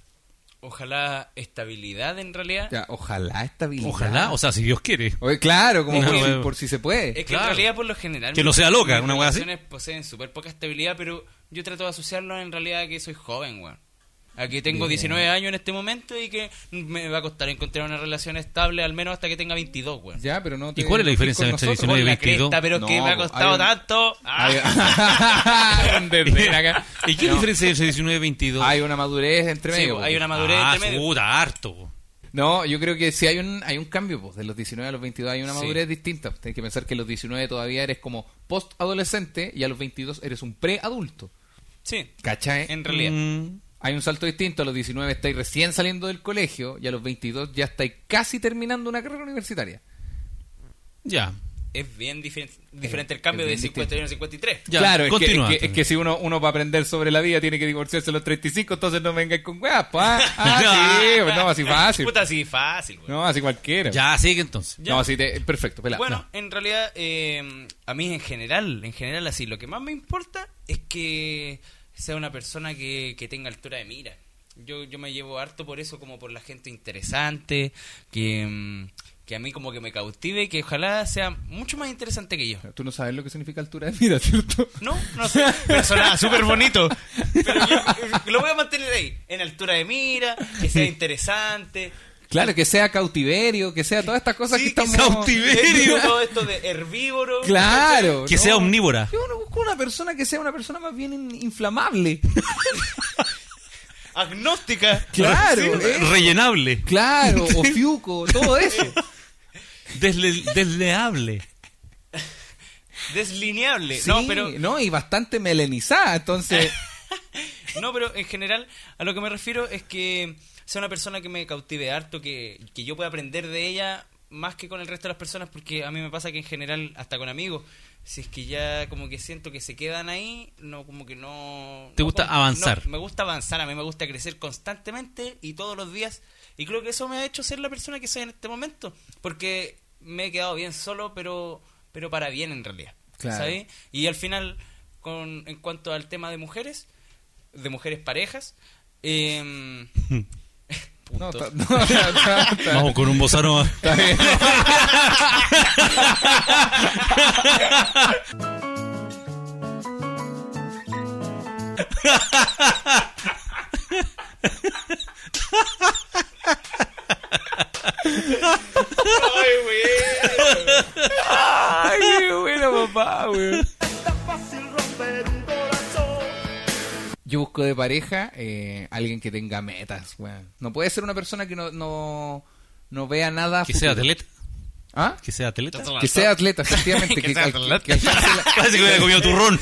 S1: ojalá estabilidad en realidad.
S3: Ya, ojalá estabilidad.
S2: Ojalá, o sea, si Dios quiere.
S3: Oye, claro, como
S2: No,
S3: por, si,
S2: bueno.
S3: por si se puede.
S1: Es que
S2: Claro.
S1: en realidad por lo general...
S2: Que no sea loca,
S1: mis
S2: una wea así.
S1: relaciones poseen súper poca estabilidad, pero yo trato de asociarlo en realidad a que soy joven, weón. A que tengo 19 años en este momento y que me va a costar encontrar una relación estable al menos hasta que tenga 22, weón.
S3: Ya, pero no te
S2: ¿Y cuál es la
S3: enojes
S2: diferencia
S3: con
S2: entre
S3: nosotros.
S2: 19
S1: Por
S2: y 22.
S1: la cresta, pero
S3: No,
S1: que me ha
S3: po,
S1: costado
S3: hay un-
S1: tanto. Ah.
S3: Hay- Un desdén acá.
S2: ¿Y qué
S3: No,
S2: diferencia hay entre 19 y 22?
S3: Hay una madurez entre
S1: Sí,
S3: medio.
S1: po,
S3: po.
S1: hay una madurez
S2: ah,
S1: entre medio.
S2: puta, harto. po.
S3: No, yo creo que sí hay un, hay un cambio, pues, de los 19 a los 22 hay una
S1: Sí.
S3: madurez distinta. Tienes que pensar que a los 19 todavía eres como post-adolescente y a los 22 eres un pre-adulto.
S1: Sí,
S3: ¿Cachai?
S1: en realidad.
S2: Mm,
S3: Hay un salto distinto, a los 19 estáis recién saliendo del colegio y a los 22 ya estáis casi terminando una carrera universitaria.
S2: ya.
S1: Es bien diferen- diferente el
S3: es
S1: cambio de
S3: bien
S1: 51 a 53.
S2: Ya,
S3: claro, es que-
S2: continúa,
S3: es que, es que si uno, uno va a aprender sobre la vida tiene que divorciarse a los 35, entonces no vengáis con guapo. Ah, ah, sí, pues no, así fácil.
S1: Puta, así fácil, weón.
S3: No, así cualquiera.
S2: Ya, sigue entonces.
S1: Ya.
S3: No, así te- perfecto, pelado.
S1: Bueno, en realidad, eh, a mí en general, en general así, lo que más me importa es que sea una persona que, que tenga altura de mira. Yo, yo me llevo harto por eso, como por la gente interesante, que, mm, que a mí como que me cautive, que ojalá sea mucho más interesante que yo.
S3: No. Tú no sabes lo que significa altura de mira, ¿cierto?
S1: No, no sé, pero sonaba súper bonito. Pero yo, eh, lo voy a mantener ahí, en altura de mira, que sea interesante.
S3: Claro, que sea cautiverio, que sea todas estas cosas
S1: Sí,
S3: que
S1: que
S3: estamos...
S1: sea
S2: Cautiverio.
S1: Todo esto de herbívoro.
S3: Claro.
S2: Que
S3: no.
S2: sea omnívora.
S3: Yo no busco una persona que sea una persona más bien in- inflamable.
S1: agnóstica.
S3: Claro,
S2: Sí,
S3: eh.
S2: Rellenable.
S3: Claro, o fiuco, todo eso.
S2: Desle- desleable.
S1: Deslineable.
S3: Sí,
S1: no, pero,
S3: no, y bastante melenizada, entonces...
S1: no, pero en general a lo que me refiero es que sea una persona que me cautive harto, que, que yo pueda aprender de ella más que con el resto de las personas, porque a mí me pasa que en general, hasta con amigos, si es que ya como que siento que se quedan ahí, no como que no...
S2: Te
S1: no
S2: gusta
S1: como-
S2: avanzar.
S1: no, me gusta avanzar, a mí me gusta crecer constantemente y todos los días. Y creo que eso me ha hecho ser la persona que soy en este momento, porque me he quedado bien solo, pero, pero para bien en realidad.
S3: Claro.
S1: ¿sabes? Y al final, con, en cuanto al tema de mujeres, de mujeres parejas. em,
S3: No,
S1: punto.
S3: está- no, está- está- está-
S2: Vamos con un bozano.
S3: está bien. Ay, qué bueno, papá, güey.
S4: Tan fácil romper un corazón.
S3: Yo busco de pareja eh, alguien que tenga metas, weón. No puede ser una persona que no, no, no vea nada. a
S2: Que
S3: futuro.
S2: sea atleta.
S3: ¿Ah?
S2: Que sea atleta.
S3: Que sea atleta, efectivamente. que, al- que alcance la,
S2: Parece que hubiera comido turrón.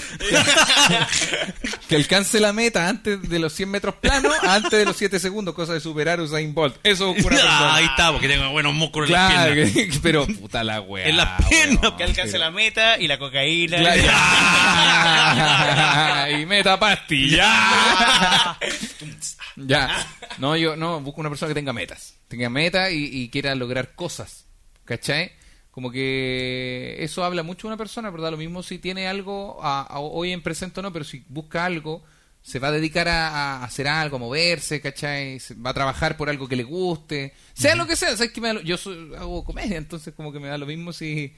S3: que alcance la meta antes de los 100 metros planos, antes de los 7 segundos, cosa de superar Usain Bolt. Eso es una persona.
S2: Ah, ahí está, porque tengo buenos músculos en las
S3: claro, Ah,
S2: piernas.
S3: que- pero puta la weá.
S2: En las piernas,
S3: weón,
S1: que alcance
S3: pero-
S1: la meta y la cocaína.
S3: Claro. y meta pastilla.
S2: Ah.
S3: ya. No, yo no busco una persona que tenga metas. Tenga metas y, y quiera lograr cosas. ¿Cachai? Como que eso habla mucho de una persona, pero da lo mismo si tiene algo a- a hoy en presente o no, pero si busca algo, se va a dedicar a, a hacer algo, a moverse, ¿cachai? Se- va a trabajar por algo que le guste, sea lo que sea. ¿sabes qué me da lo- yo soy- hago comedia, entonces como que me da lo mismo si...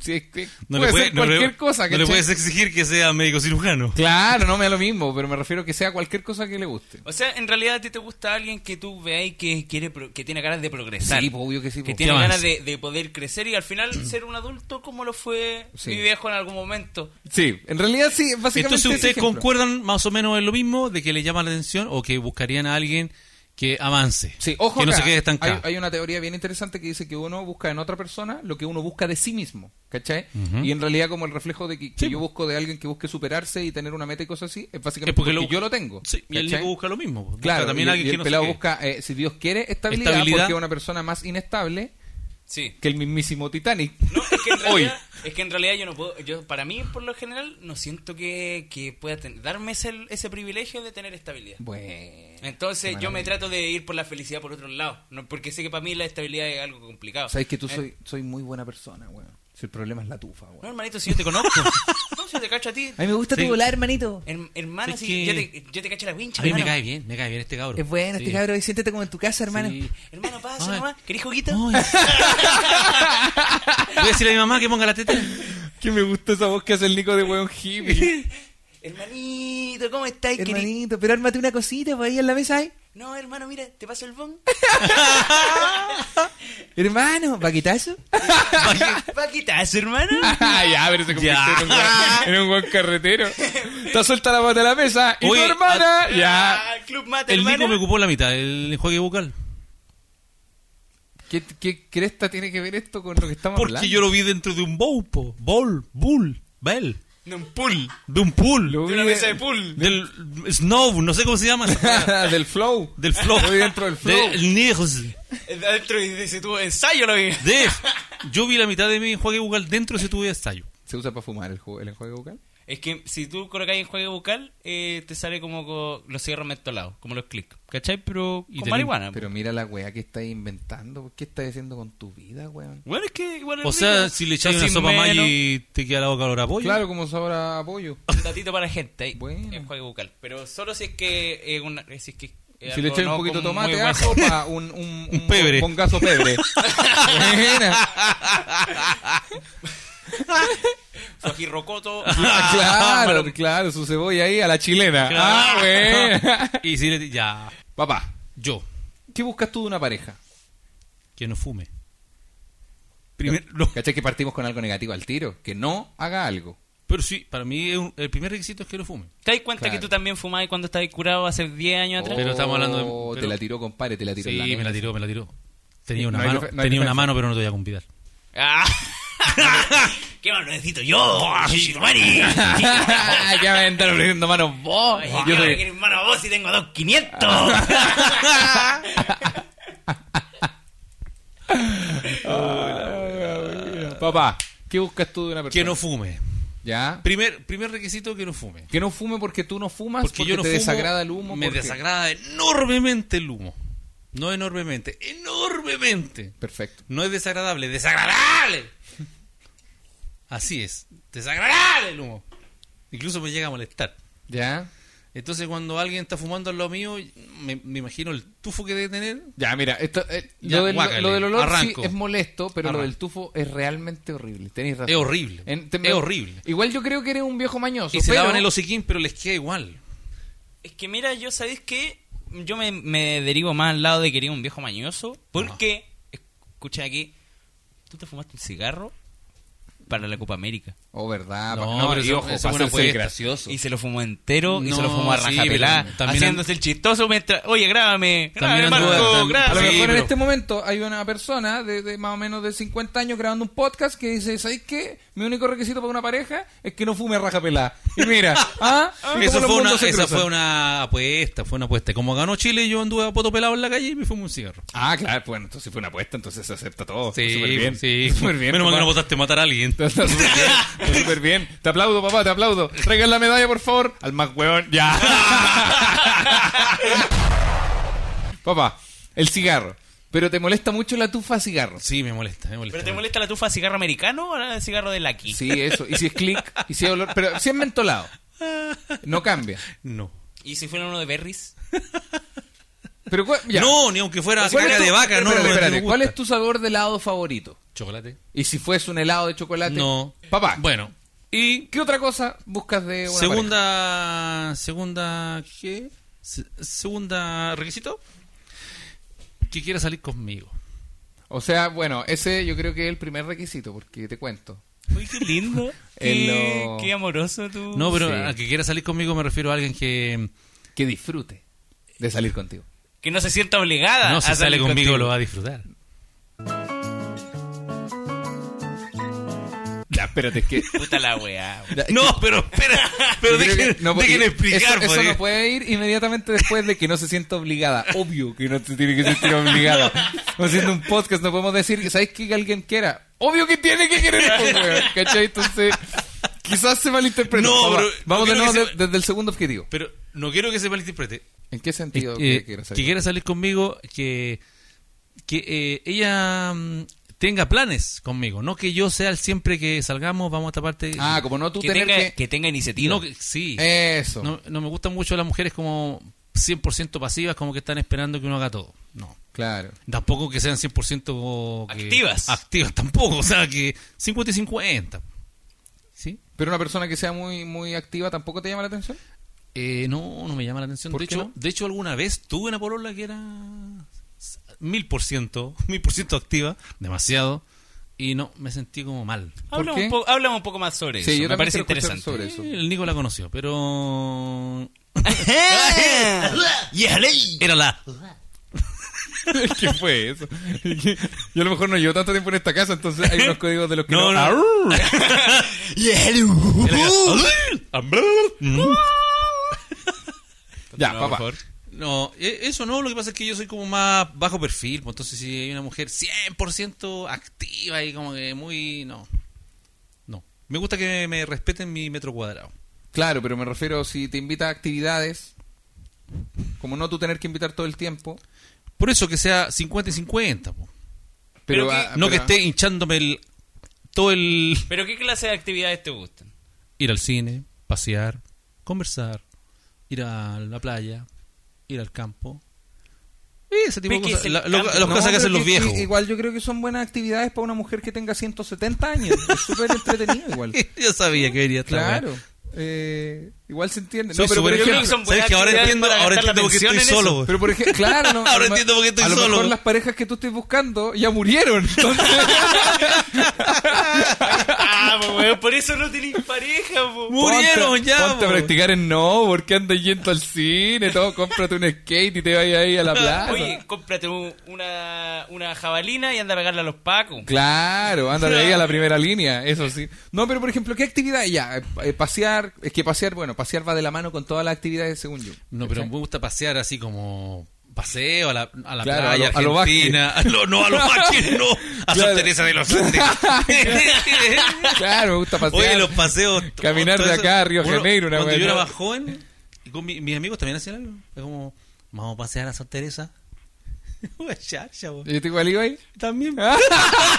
S3: si es que
S2: No
S3: puede
S2: le, puede-
S3: ser
S2: no le-
S3: cualquier cosa,
S2: no le
S3: ¿cachai?
S2: puedes exigir que sea médico cirujano.
S3: Claro, no me da lo mismo, pero me refiero a que sea cualquier cosa que le guste.
S1: O sea, en realidad a ti te gusta alguien que tú veas que quiere pro- que tiene ganas de progresar.
S3: Sí, po, obvio que sí, pues.
S1: Que
S3: po.
S1: tiene
S2: ¿Qué más?
S1: ganas de, de poder crecer y al final ser un adulto como lo fue
S3: Sí.
S1: mi viejo en algún momento.
S3: Sí, en realidad sí, básicamente
S2: Entonces
S3: ese
S2: ustedes
S3: ejemplo.
S2: concuerdan más o menos en lo mismo de que le llama la atención o que buscarían a alguien que avance.
S3: Sí, ojo
S2: que no
S3: acá,
S2: se quede estancado.
S3: Hay, hay una teoría bien interesante que dice que uno busca en otra persona lo que uno busca de sí mismo, ¿cachai?
S2: Ujú.
S3: Y en realidad como el reflejo de que, que
S2: Sí.
S3: yo busco de alguien que busque superarse y tener una meta y cosas así, es básicamente
S2: Es
S3: porque,
S2: porque lo-
S3: yo lo tengo.
S2: Sí, y el
S3: ¿cachai?
S2: Nico busca lo mismo. Busca
S3: Claro,
S2: también
S3: y,
S2: alguien
S3: y
S2: que
S3: el
S2: no se
S3: pelado
S2: quede.
S3: busca, eh, si Dios quiere, estabilidad,
S2: Estabilidad.
S3: porque es una persona más inestable
S1: Sí.
S3: que el mismísimo Titanic.
S1: No, es que en realidad, es que en realidad yo no puedo, yo para mí por lo general no siento que, que pueda ten- darme ese, ese privilegio de tener estabilidad.
S3: Bueno.
S1: Entonces
S3: Qué
S1: yo me
S3: maravilla.
S1: trato de ir por la felicidad por otro lado, no, porque sé que para mí la estabilidad es algo complicado.
S3: Sabes que tú
S1: Eh,
S3: soy, soy muy buena persona, weón. Si el problema es la tufa,
S1: No,
S3: weón.
S1: hermanito, si yo te conozco. no, si yo te cacho a ti.
S3: A mí me gusta
S2: Sí.
S3: tu volar, hermanito.
S1: Her- hermano,
S2: Es
S1: si
S2: que-
S1: yo, te, yo te cacho la pincha.
S2: A mí me
S1: hermano.
S2: cae bien, me cae bien este cabrón.
S3: Es bueno
S2: Sí.
S3: este cabrón y siéntete como en tu casa, hermano.
S2: Sí.
S1: Hermano, pasa
S2: Ay.
S1: nomás. ¿Querés juguito?
S2: Ay. Voy a decirle a mi mamá que ponga la teta.
S3: Que me gusta esa voz que hace el Nico de weón hippie.
S1: Hermanito, ¿cómo estás? ¿Querés-
S3: Hermanito, pero ármate una cosita por ahí en la mesa, ¿eh?
S1: No, hermano, mira, te paso el bon.
S3: Hermano, vaquetazo.
S1: Paquitazo, hermano.
S3: Ah, ya, pero se convirtió en un weón- en un buen carretero. Está suelta la pata de la mesa. Y
S2: Oye,
S3: tu hermana, ya.
S1: Ah, Club Mate,
S2: El
S1: hermano.
S2: Nico me ocupó la mitad, el enjuague bucal.
S3: ¿Qué, ¿Qué cresta tiene que ver esto con lo que estamos
S2: Porque yo lo vi dentro de un bowl, po. Bowl, bull, bell.
S1: De un pool.
S2: De un pool.
S3: Lo
S1: De una mesa de pool.
S2: Del snow, no sé cómo se llama.
S3: del flow.
S2: del flow.
S3: Lo vi dentro del flow.
S2: Del Niels.
S1: Dentro de ese tubo de ensayo lo vi.
S2: De- Yo vi la mitad de mi enjuague bucal dentro de ese tubo de estallo.
S3: ¿Se usa para fumar el, ju- el enjuague bucal?
S1: Es que si tú colocas enjuague bucal, eh, te sale como co- los cierros mentolados, como los clics. ¿Cachai? Pero
S2: Y
S1: con
S2: te
S1: marihuana.
S3: Pero mira la weá que estás inventando. ¿Qué estás haciendo con tu vida, weón?
S1: Bueno, es que igual es
S2: O sea,
S1: rico.
S2: si le echáis
S1: Yo
S2: una
S1: sin
S2: sopa
S1: menos,
S2: y te queda la boca olor a pollo.
S3: Claro, como sobra apoyo.
S1: Un datito para la gente ahí.
S3: Bueno.
S1: Enjuague bucal. Pero solo si es que. eh, una- si es que eh,
S3: Si le
S1: algo
S3: echáis un
S1: no
S3: poquito de
S1: con muy
S2: ah.
S3: tomate,
S1: buen-
S3: ajo, pa, un, un,
S2: Un pebre.
S3: bongazo pebre. Buena.
S1: Fajirrocoto.
S3: Ah, claro, claro, su cebolla ahí a la chilena. Ah, buena.
S2: Y si le ya,
S3: Papá,
S2: yo,
S3: ¿qué buscas tú de una pareja?
S2: que no fume. Primero, lo-
S3: ¿Cachai que partimos con algo negativo al tiro? Que no haga algo.
S2: pero sí, para mí es un- el primer requisito es que no fume.
S1: ¿Te das cuenta
S3: Claro.
S1: que tú también fumabas cuando estabas curado hace 10 años atrás?
S2: Pero estamos hablando de-
S3: Oh,
S2: pero-
S3: Te la tiró, compadre, te la
S2: Sí,
S3: tiró en la
S2: me la
S3: nena.
S2: tiró, me la tiró. Tenía una
S3: No hay
S2: mano,
S3: defe- no hay
S2: tenía una
S3: defensa.
S2: mano, pero no te voy a convidar.
S1: Ah. ¿Qué más necesito yo? Shinomari.
S3: ya me están ofreciendo manos vos.
S1: Ay,
S3: Yo
S1: yo
S3: soy-
S1: soy... hermano a vos si tengo dos 500.
S3: Papá, ¿qué buscas tú de una persona?
S2: Que no fume.
S3: ¿Ya?
S2: Primer, primer requisito que no fume.
S3: Que no fume porque tú no fumas, porque,
S2: Porque yo no
S3: te
S2: fumo,
S3: desagrada el humo.
S2: Me
S3: porque-
S2: desagrada enormemente el humo. No enormemente, enormemente.
S3: Perfecto.
S2: No es desagradable, desagradable. Así es, desagradable el humo. Incluso me llega a molestar.
S3: ¿Ya?
S2: Entonces cuando alguien está fumando al lado mío, me, me imagino el tufo que debe tener.
S3: Ya, mira, esto, eh,
S2: Ya,
S3: lo, del,
S2: guácale,
S3: lo del olor
S2: arranco.
S3: sí es molesto, pero
S2: Arranco.
S3: lo del tufo es realmente horrible. Tenéis razón.
S2: Es horrible, es horrible.
S3: Igual yo creo que eres un viejo mañoso.
S2: Y se
S3: pero-
S2: lavan el hociquín, pero les queda igual.
S1: es que mira, yo sabéis que yo me, me derivo más al lado de querer un viejo mañoso. Porque, escucha aquí, tú te fumaste un cigarro para la Copa América.
S3: Oh, verdad.
S2: Ah, No,
S3: pa-
S2: pero
S3: y
S2: eso- eso
S3: ojo, pa'
S2: es una
S3: hacerse
S2: apuesta.
S3: gracioso.
S1: Y se lo fumó entero y
S2: No,
S1: se lo fumó a
S2: sí,
S1: rajapelá,
S2: pero también
S1: haciéndose el chistoso mientras. Oye, grábame,
S2: También
S1: grábame,
S2: anduvo-
S1: Marco,
S2: también-
S3: A lo
S1: grábame.
S2: Sí,
S3: mejor en
S2: pero-
S3: este momento hay una persona de, de más o menos de 50 años grabando un podcast que dice, ¿sabes qué? Mi único requisito para una pareja es que no fume raja pelada. Y mira, ¿ah? ¿Y
S2: Eso
S3: cómo los
S2: fue una,
S3: mundos se
S2: esa
S3: cruzan?
S2: fue una apuesta, fue una apuesta. Como ganó Chile, yo anduve a poto pelado en la calle y me fumé un cigarro.
S3: Ah, claro, bueno, entonces sí fue una apuesta, entonces se acepta todo.
S2: Sí,
S3: Está súper bien.
S2: sí.
S3: Está súper bien.
S2: Menos mal que
S3: papá.
S2: no votaste matar a alguien.
S3: Está súper bien, está súper bien. Te aplaudo, papá, te aplaudo. Traigan la medalla, por favor. Al más hueón, ya. papá, el cigarro. Pero te molesta mucho la tufa a cigarro.
S2: Sí, me molesta, me molesta.
S1: ¿Pero te molesta la tufa de cigarro americano o el cigarro de Lucky?
S3: Sí, eso. Y si es click, y si es olor. Pero si es mentolado. No cambia.
S2: No.
S1: ¿Y si fuera uno de berries?
S3: Pero, cu- ya.
S2: No, ni aunque fuera
S3: ¿Cuál es
S2: caca
S3: tu-
S2: de vaca, no, no,
S3: espérate,
S2: no
S3: espérate.
S2: me gusta.
S3: ¿Cuál es tu sabor de helado favorito?
S2: Chocolate.
S3: Y si fuese un helado de chocolate.
S2: No.
S3: Papá.
S2: Bueno,
S3: ¿Y qué otra cosa buscas de una pareja?
S2: segunda, segunda, ¿qué? Se- segunda requisito que quiera salir conmigo.
S3: O sea, bueno, ese yo creo que es el primer requisito, porque te cuento.
S1: Uy, qué lindo.
S3: En
S1: qué,
S3: lo-
S1: qué amoroso tú.
S2: No, pero
S3: Sí.
S2: a que quiera salir conmigo me refiero a alguien que
S3: Que disfrute de salir contigo.
S1: que no se sienta
S3: Ah,
S1: obligada
S2: No,
S1: a
S2: si sale
S1: salir
S2: conmigo
S1: contigo.
S2: lo va a disfrutar.
S3: Ya, espérate, es que.
S1: Puta la weá.
S3: ya, es
S2: No, pero espera, pero
S3: Yo creo
S2: dejen,
S3: que- no, porque
S2: dejen explicar.
S3: Eso, eso
S2: porque-
S3: no puede ir inmediatamente después de que no se sienta obligada. Obvio que no se tiene que sentir obligada. No. Haciendo un podcast no podemos decir, ¿sabes qué? Que alguien quiera. Obvio que tiene que querer, pues, weón, ¿cachai? Entonces, quizás se malinterpreta.
S2: No,
S3: Vamos-
S2: pero
S3: vamos
S2: no
S3: de
S2: quiero
S3: nuevo
S2: que
S3: de- desde el segundo objetivo.
S2: Pero no quiero que se malinterprete.
S3: ¿En qué sentido
S2: Eh,
S3: que quiera
S2: que
S3: salir?
S2: quiera salir conmigo, que, que eh, ella mm, tenga planes conmigo. No que yo sea el siempre que salgamos, vamos a esta parte.
S3: Ah, como no tú
S1: que,
S3: tener
S1: tenga, que...
S3: que...
S1: tenga iniciativa.
S2: no, que- sí.
S3: Eso.
S2: No, no me gustan mucho las mujeres como 100% pasivas, como que están esperando que uno haga todo. No.
S3: Claro.
S2: Tampoco que sean 100% que-
S1: Activas.
S2: Activas tampoco, o sea que 50 y 50. ¿Sí?
S3: Pero una persona que sea muy muy activa tampoco te llama la atención.
S2: Eh, no, no me llama la atención.
S3: ¿Por
S2: De
S3: qué
S2: hecho,
S3: no?
S2: de hecho, alguna vez tuve una polola que era mil por ciento, mil por ciento activa, demasiado, y no, me sentí como mal.
S3: ¿Por
S1: Háblame
S3: qué?
S1: un, po- háblame un poco más sobre
S3: Sí,
S1: eso.
S3: yo
S1: Me
S3: también
S1: parece
S3: quiero escuchar
S1: interesante.
S3: sobre eso.
S2: Eh, El Nico la conoció, pero
S1: Y es ley.
S2: era la
S3: ¿Qué fue eso? Yo a lo mejor no llevo tanto tiempo en esta casa, entonces hay unos códigos de los que
S2: No,
S3: no...
S2: no.
S3: ¡Arr! Ya,
S2: No,
S3: papá.
S2: por favor. No, e- eso no, lo que pasa es que yo soy como más bajo perfil, pues, entonces si hay una mujer 100% activa y como que muy... No, no. Me gusta que me respeten mi metro cuadrado.
S3: Claro, pero me refiero si te invita a actividades, como no tú tener que invitar todo el tiempo,
S2: Por eso que sea 50 y pues. 50, po.
S3: pero...
S1: Pero que-
S3: ah,
S2: no
S3: pero-
S2: que esté hinchándome el, todo el...
S1: ¿Pero qué clase de actividades te gustan?
S2: Ir al cine, pasear, conversar, ir a la playa, ir al campo. Y Ese tipo de
S1: Pero es que
S2: cosas.
S1: es el
S2: La- lo-
S1: campo.
S2: las
S3: No,
S2: cosas que
S3: pero
S2: hacen los
S3: que-
S2: viejos.
S3: que Igual yo creo que son buenas actividades para una mujer que tenga 170 años. Es súper entretenido igual.
S2: Yo sabía que venía esta
S3: Claro.
S2: wea.
S3: Eh, igual se entiende.
S2: Soy
S3: pero por
S2: súper-
S1: yo creo
S3: ejemplo-
S1: que son
S2: ¿Sabes
S1: buenas
S2: que ahora
S1: actividades
S2: entiendo,
S1: para
S2: ahora
S1: gastar la
S2: entiendo por qué
S1: atención
S2: estoy
S1: en eso.
S2: solo. wea.
S3: Pero por ejemplo, claro, no,
S2: Ahora
S3: a lo-
S2: entiendo por qué estoy
S3: a lo
S2: solo.
S3: mejor las parejas que tú estés buscando ya murieron. Entonces,
S1: Ah, po, weón, por eso no tenés pareja, po.
S2: Murieron
S3: ponte,
S2: ya.
S3: Ponte a
S2: po.
S3: practicar en no, porque andas yendo al cine, todo, cómprate un skate y te vayas ahí a la plaza.
S1: Oye, cómprate un- una, una jabalina y anda a pegarla a los pacos.
S3: Claro, anda de ahí a la primera línea, eso sí. No, pero por ejemplo, ¿qué actividad? Ya, eh, eh, pasear, es que pasear, bueno, pasear va de la mano con todas las actividades, según yo.
S2: No, pero me gusta pasear así como paseo a la, a la
S3: Claro,
S2: playa
S3: a lo- a lo
S2: argentina. A lo- no, a los baches, no. A
S3: Claro.
S2: Santa Teresa de los Andes.
S3: Claro, me gusta pasear.
S2: Oye, los paseos. todo-
S3: Caminar
S2: todo
S3: de
S2: eso.
S3: acá a Río
S2: Uno,
S3: Janeiro, una
S2: Cuando
S3: wea,
S2: yo era
S3: ¿no?
S2: más joven, y con mi- mis amigos también hacían algo. Es como, vamos a pasear a Santa Teresa. Una charcha, bo.
S3: ¿Y tú igual iba ahí?
S2: También.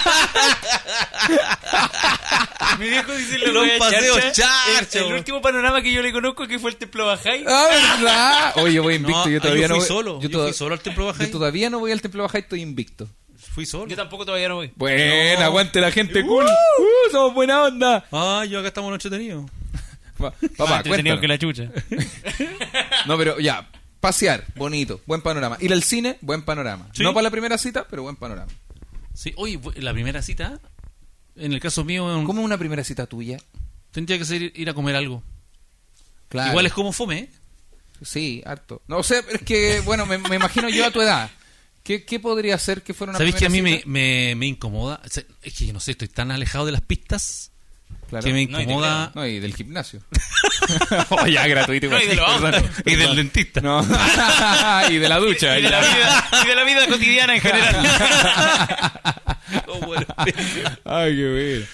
S1: Mi viejo dice la
S2: Los
S1: wea
S2: paseos
S1: El-
S2: charcha,
S1: El,
S2: weón.
S1: último panorama que yo le conozco que fue el Templo Bajay.
S3: ¡Ah, verdad! Oye, yo voy invicto,
S2: No, ah,
S3: yo todavía
S2: yo fui
S3: no voy.
S2: solo, yo
S3: toda-
S2: fui solo al Templo Bajay.
S3: Yo todavía no voy al Templo Bajay, estoy invicto.
S2: Fui solo.
S1: Yo tampoco todavía no voy.
S3: Bueno, aguante la gente cool. Uh, somos buena onda.
S2: Ah, yo acá estamos entretenidos. Ah,
S3: Pa-
S1: Más
S3: Papá,
S1: entretenido
S3: cuéntanos.
S1: que la chucha.
S3: No, pero ya, pasear, bonito, buen panorama. Ir al cine, buen panorama.
S2: Sí.
S3: No para la primera cita, pero buen panorama.
S2: Sí, oye, bu- la primera cita, en el caso mío,
S3: ¿Cómo es una primera cita tuya?
S2: tendría que ser ir a comer algo.
S3: Claro.
S2: Igual es como fome, ¿eh?
S3: Sí, harto. No sé, es que, bueno, me, me imagino yo a tu edad. ¿Qué, qué podría ser que fuera una
S2: ¿Sabéis que a
S3: primera
S2: mí me,
S3: cita?
S2: me, me incomoda? O sea, Es que yo no sé, estoy tan alejado de las pistas
S3: Claro.
S2: que me
S1: No, y te
S2: incomoda.
S3: No, y del gimnasio. oh, ya, gratuito.
S1: No, y de los autos.
S2: Y del dentista.
S3: No. y de la ducha.
S1: Y de la vida, y de la vida cotidiana en general.
S2: Oh, bueno.
S3: Ay, qué bueno.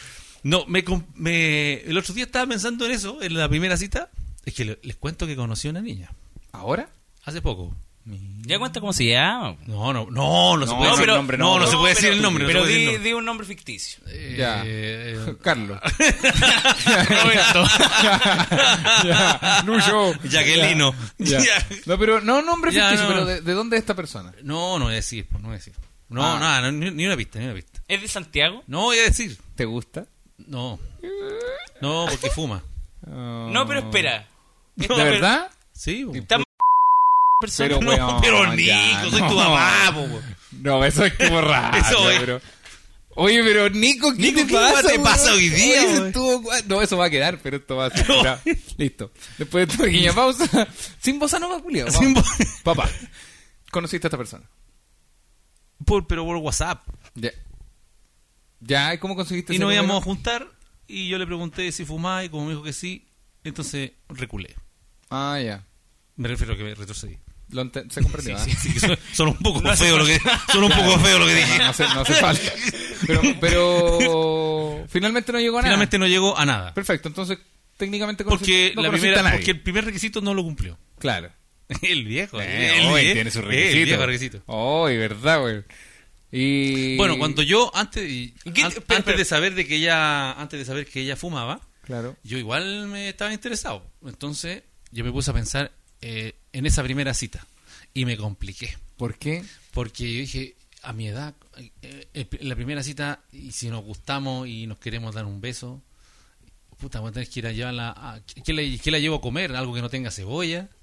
S2: No, me, com- me- el otro día estaba pensando en eso, en la primera cita. Es que le- les cuento que conocí a una niña
S3: ¿Ahora?
S2: hace poco.
S1: Ya cuenta cómo se llama. po.
S2: No, no, no, no se
S3: No,
S2: puede decir
S1: pero-
S2: el nombre. No, no, se puede decir el nombre. no
S1: Pero
S2: se puede decir
S1: di,
S2: el
S1: di un nombre ficticio.
S2: nombre.
S3: Ya.
S2: Eh,
S3: Carlos.
S1: Roberto.
S3: ya. Lucho.
S2: Jaquelino.
S3: Ya.
S2: Ya.
S3: No, pero no nombre
S2: Ya,
S3: ficticio,
S2: no.
S3: pero de, de dónde es esta persona?
S2: No, no voy a decir, pues, no voy a decir. No,
S3: Ah.
S2: nada, no, ni, ni una pista, ni una pista.
S1: ¿Es de Santiago?
S2: No voy a decir.
S3: ¿Te gusta?
S2: No. No, porque fuma.
S1: No, pero espera.
S3: ¿De
S1: Esta per-
S3: verdad?
S2: Sí, po.
S1: Esta
S3: Pero,
S1: persona. no.
S3: weón,
S2: pero
S3: ya,
S2: Nico, soy tu
S3: no.
S2: papá, po, po.
S3: No, eso es como raro.
S2: Eso es.
S3: pero- Oye, pero Nico, ¿qué
S2: Nico,
S3: te
S2: ¿qué
S3: pasa?
S2: te
S3: weón?
S2: pasa hoy día,
S3: Oye, se
S2: weón?
S3: estuvo cua- No, eso va a quedar, pero esto va a ser.
S2: No.
S3: ya. Listo. Después de esta pequeña pausa. Sin bossa nova, Julio.
S2: Sin bo-
S3: Papá. conociste a esta persona.
S2: Por, pero por WhatsApp.
S3: Ya. Ya, ¿y cómo conseguiste
S2: Y
S3: ese
S2: nos
S3: número?
S2: íbamos a juntar y yo le pregunté si fumaba y como me dijo que sí, entonces reculé.
S3: Ah, ya.
S2: Me refiero a que me retrocedí.
S3: Lo ente- se comprendió, ¿eh?
S2: Así que son, son un poco feo lo que son un poco feo lo que dije.
S3: No, no hace, no hace falta. Pero, pero finalmente no llegó a nada.
S2: Finalmente no llegó a nada.
S3: Perfecto, entonces técnicamente
S2: Porque,
S3: conociste- no
S2: la
S3: conociste
S2: primera,
S3: a nadie.
S2: porque el primer requisito no lo cumplió.
S3: Claro.
S2: El viejo.
S3: Eh,
S2: el,
S3: hoy
S2: vie-
S3: tiene su
S2: El
S3: requisito.
S2: viejo requisito.
S3: Hoy, ¿verdad, güey? Y...
S2: Bueno, cuando yo antes de-
S1: ¿Qué-
S2: an- antes
S1: espera, espera.
S2: de saber de que ella antes de saber que ella fumaba,
S3: Claro.
S2: yo igual me estaba interesado. Entonces, yo me puse a pensar eh, en esa primera cita y me compliqué.
S3: ¿Por qué?
S2: Porque yo dije, a mi edad, eh, eh, la primera cita, y si nos gustamos y nos queremos dar un beso, puta, voy a tener que ir a llevarla. A, ¿qué, la, qué la llevo a comer? Algo que no tenga cebolla.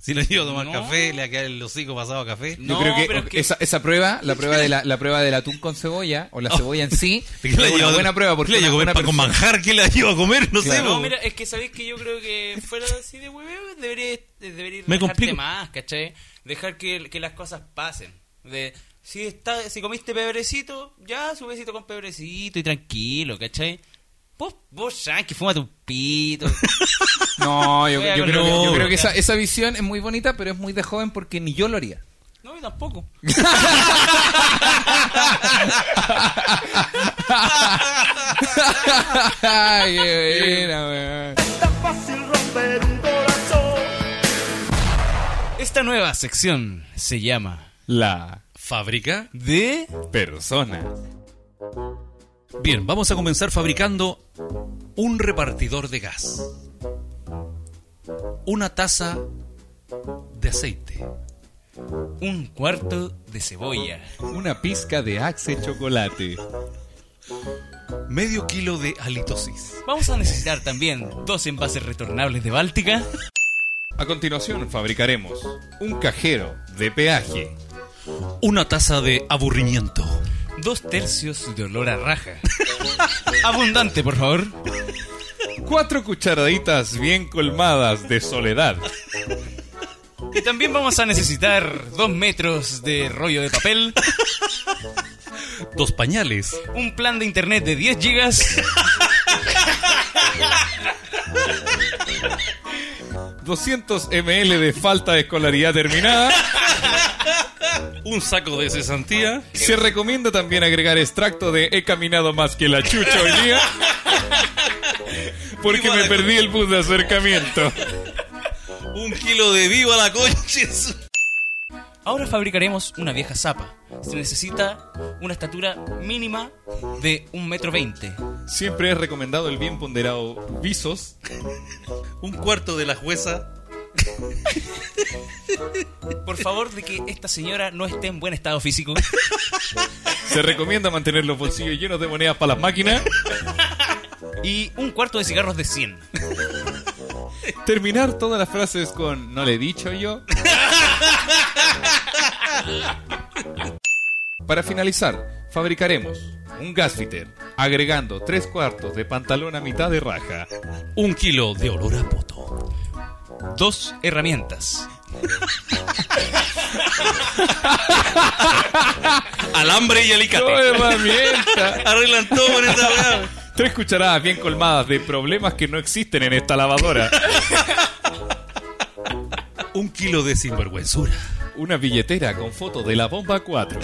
S2: Si la llevo a tomar
S1: No.
S2: café, le va a quedar el hocico pasado a café.
S1: No,
S3: yo creo que,
S1: pero es que-
S3: esa, esa prueba, la prueba de la, la prueba del atún con cebolla
S2: Oh.
S3: o la cebolla en sí,
S2: ¿Qué
S3: es
S2: la llevo
S3: una
S2: a-
S3: buena prueba porque
S2: ¿Qué la llevo a
S3: una-
S2: comer
S3: una
S2: pan con
S3: persona-
S2: manjar? ¿Qué la llevo a comer? No sé.
S3: Claro.
S2: po.
S1: No, mira, es que sabéis que yo creo que fuera así de hueveo, debería, debería
S2: Me
S1: relajarte
S2: complico.
S1: más, ¿cachai? Dejar que, que las cosas pasen. De, si, está, si comiste pebrecito, ya su besito con pebrecito y tranquilo, ¿cachai? Vos, vos, Yankee, fuma tu pito.
S3: No, yo,
S1: Voy a
S3: yo creo, que, yo
S2: No.
S3: creo que esa, esa visión es muy bonita, pero es muy de joven porque ni yo lo haría.
S1: No, yo tampoco.
S3: Ay, qué buena, weón.
S4: Es tan fácil romper un corazón.
S1: Esta nueva sección se llama
S3: La
S2: Fábrica.
S1: de
S3: persona.
S2: Bien, vamos a comenzar fabricando un repartidor de gas. Una taza de aceite.
S1: un cuarto de cebolla.
S3: Una pizca de Axe Chocolate.
S2: Medio kilo de halitosis.
S1: Vamos a necesitar también dos envases retornables de Báltica,
S3: A continuación fabricaremos un cajero de peaje.
S2: Una taza de aburrimiento.
S1: dos tercios de olor a raja. Abundante, por favor.
S3: Cuatro cucharaditas bien colmadas de soledad.
S1: Y también vamos a necesitar dos metros de rollo de papel,
S2: Dos pañales.
S1: un plan de internet de 10 gigas,
S3: 200 ml de falta de escolaridad terminada.
S2: Un saco de cesantía.
S3: Se recomienda también agregar extracto de He caminado más que la chucha hoy día. Porque me perdí el bus de acercamiento.
S2: Un kilo de viva la concha.
S1: Ahora fabricaremos una vieja zapa. Se necesita una estatura mínima de un metro veinte.
S3: Siempre es recomendado el bien ponderado visos.
S2: Un cuarto de la jueza.
S1: Por favor, de que esta señora no esté en buen estado físico.
S3: Se recomienda mantener los bolsillos llenos de monedas para las máquinas.
S1: Y un cuarto de cigarros de 100.
S3: Terminar todas las frases con no le he dicho yo. Para finalizar, fabricaremos un gasfitter agregando tres cuartos de pantalón a mitad de raja,
S2: Un kilo de olor a poto.
S1: Dos herramientas.
S2: Alambre y
S3: ¡No,
S2: alicate.
S3: herramienta!
S2: Arreglan todo con esta weá.
S3: Tres cucharadas bien colmadas de problemas que no existen en esta lavadora.
S2: Un kilo de sinvergüenzura.
S3: Una billetera con foto de la bomba 4.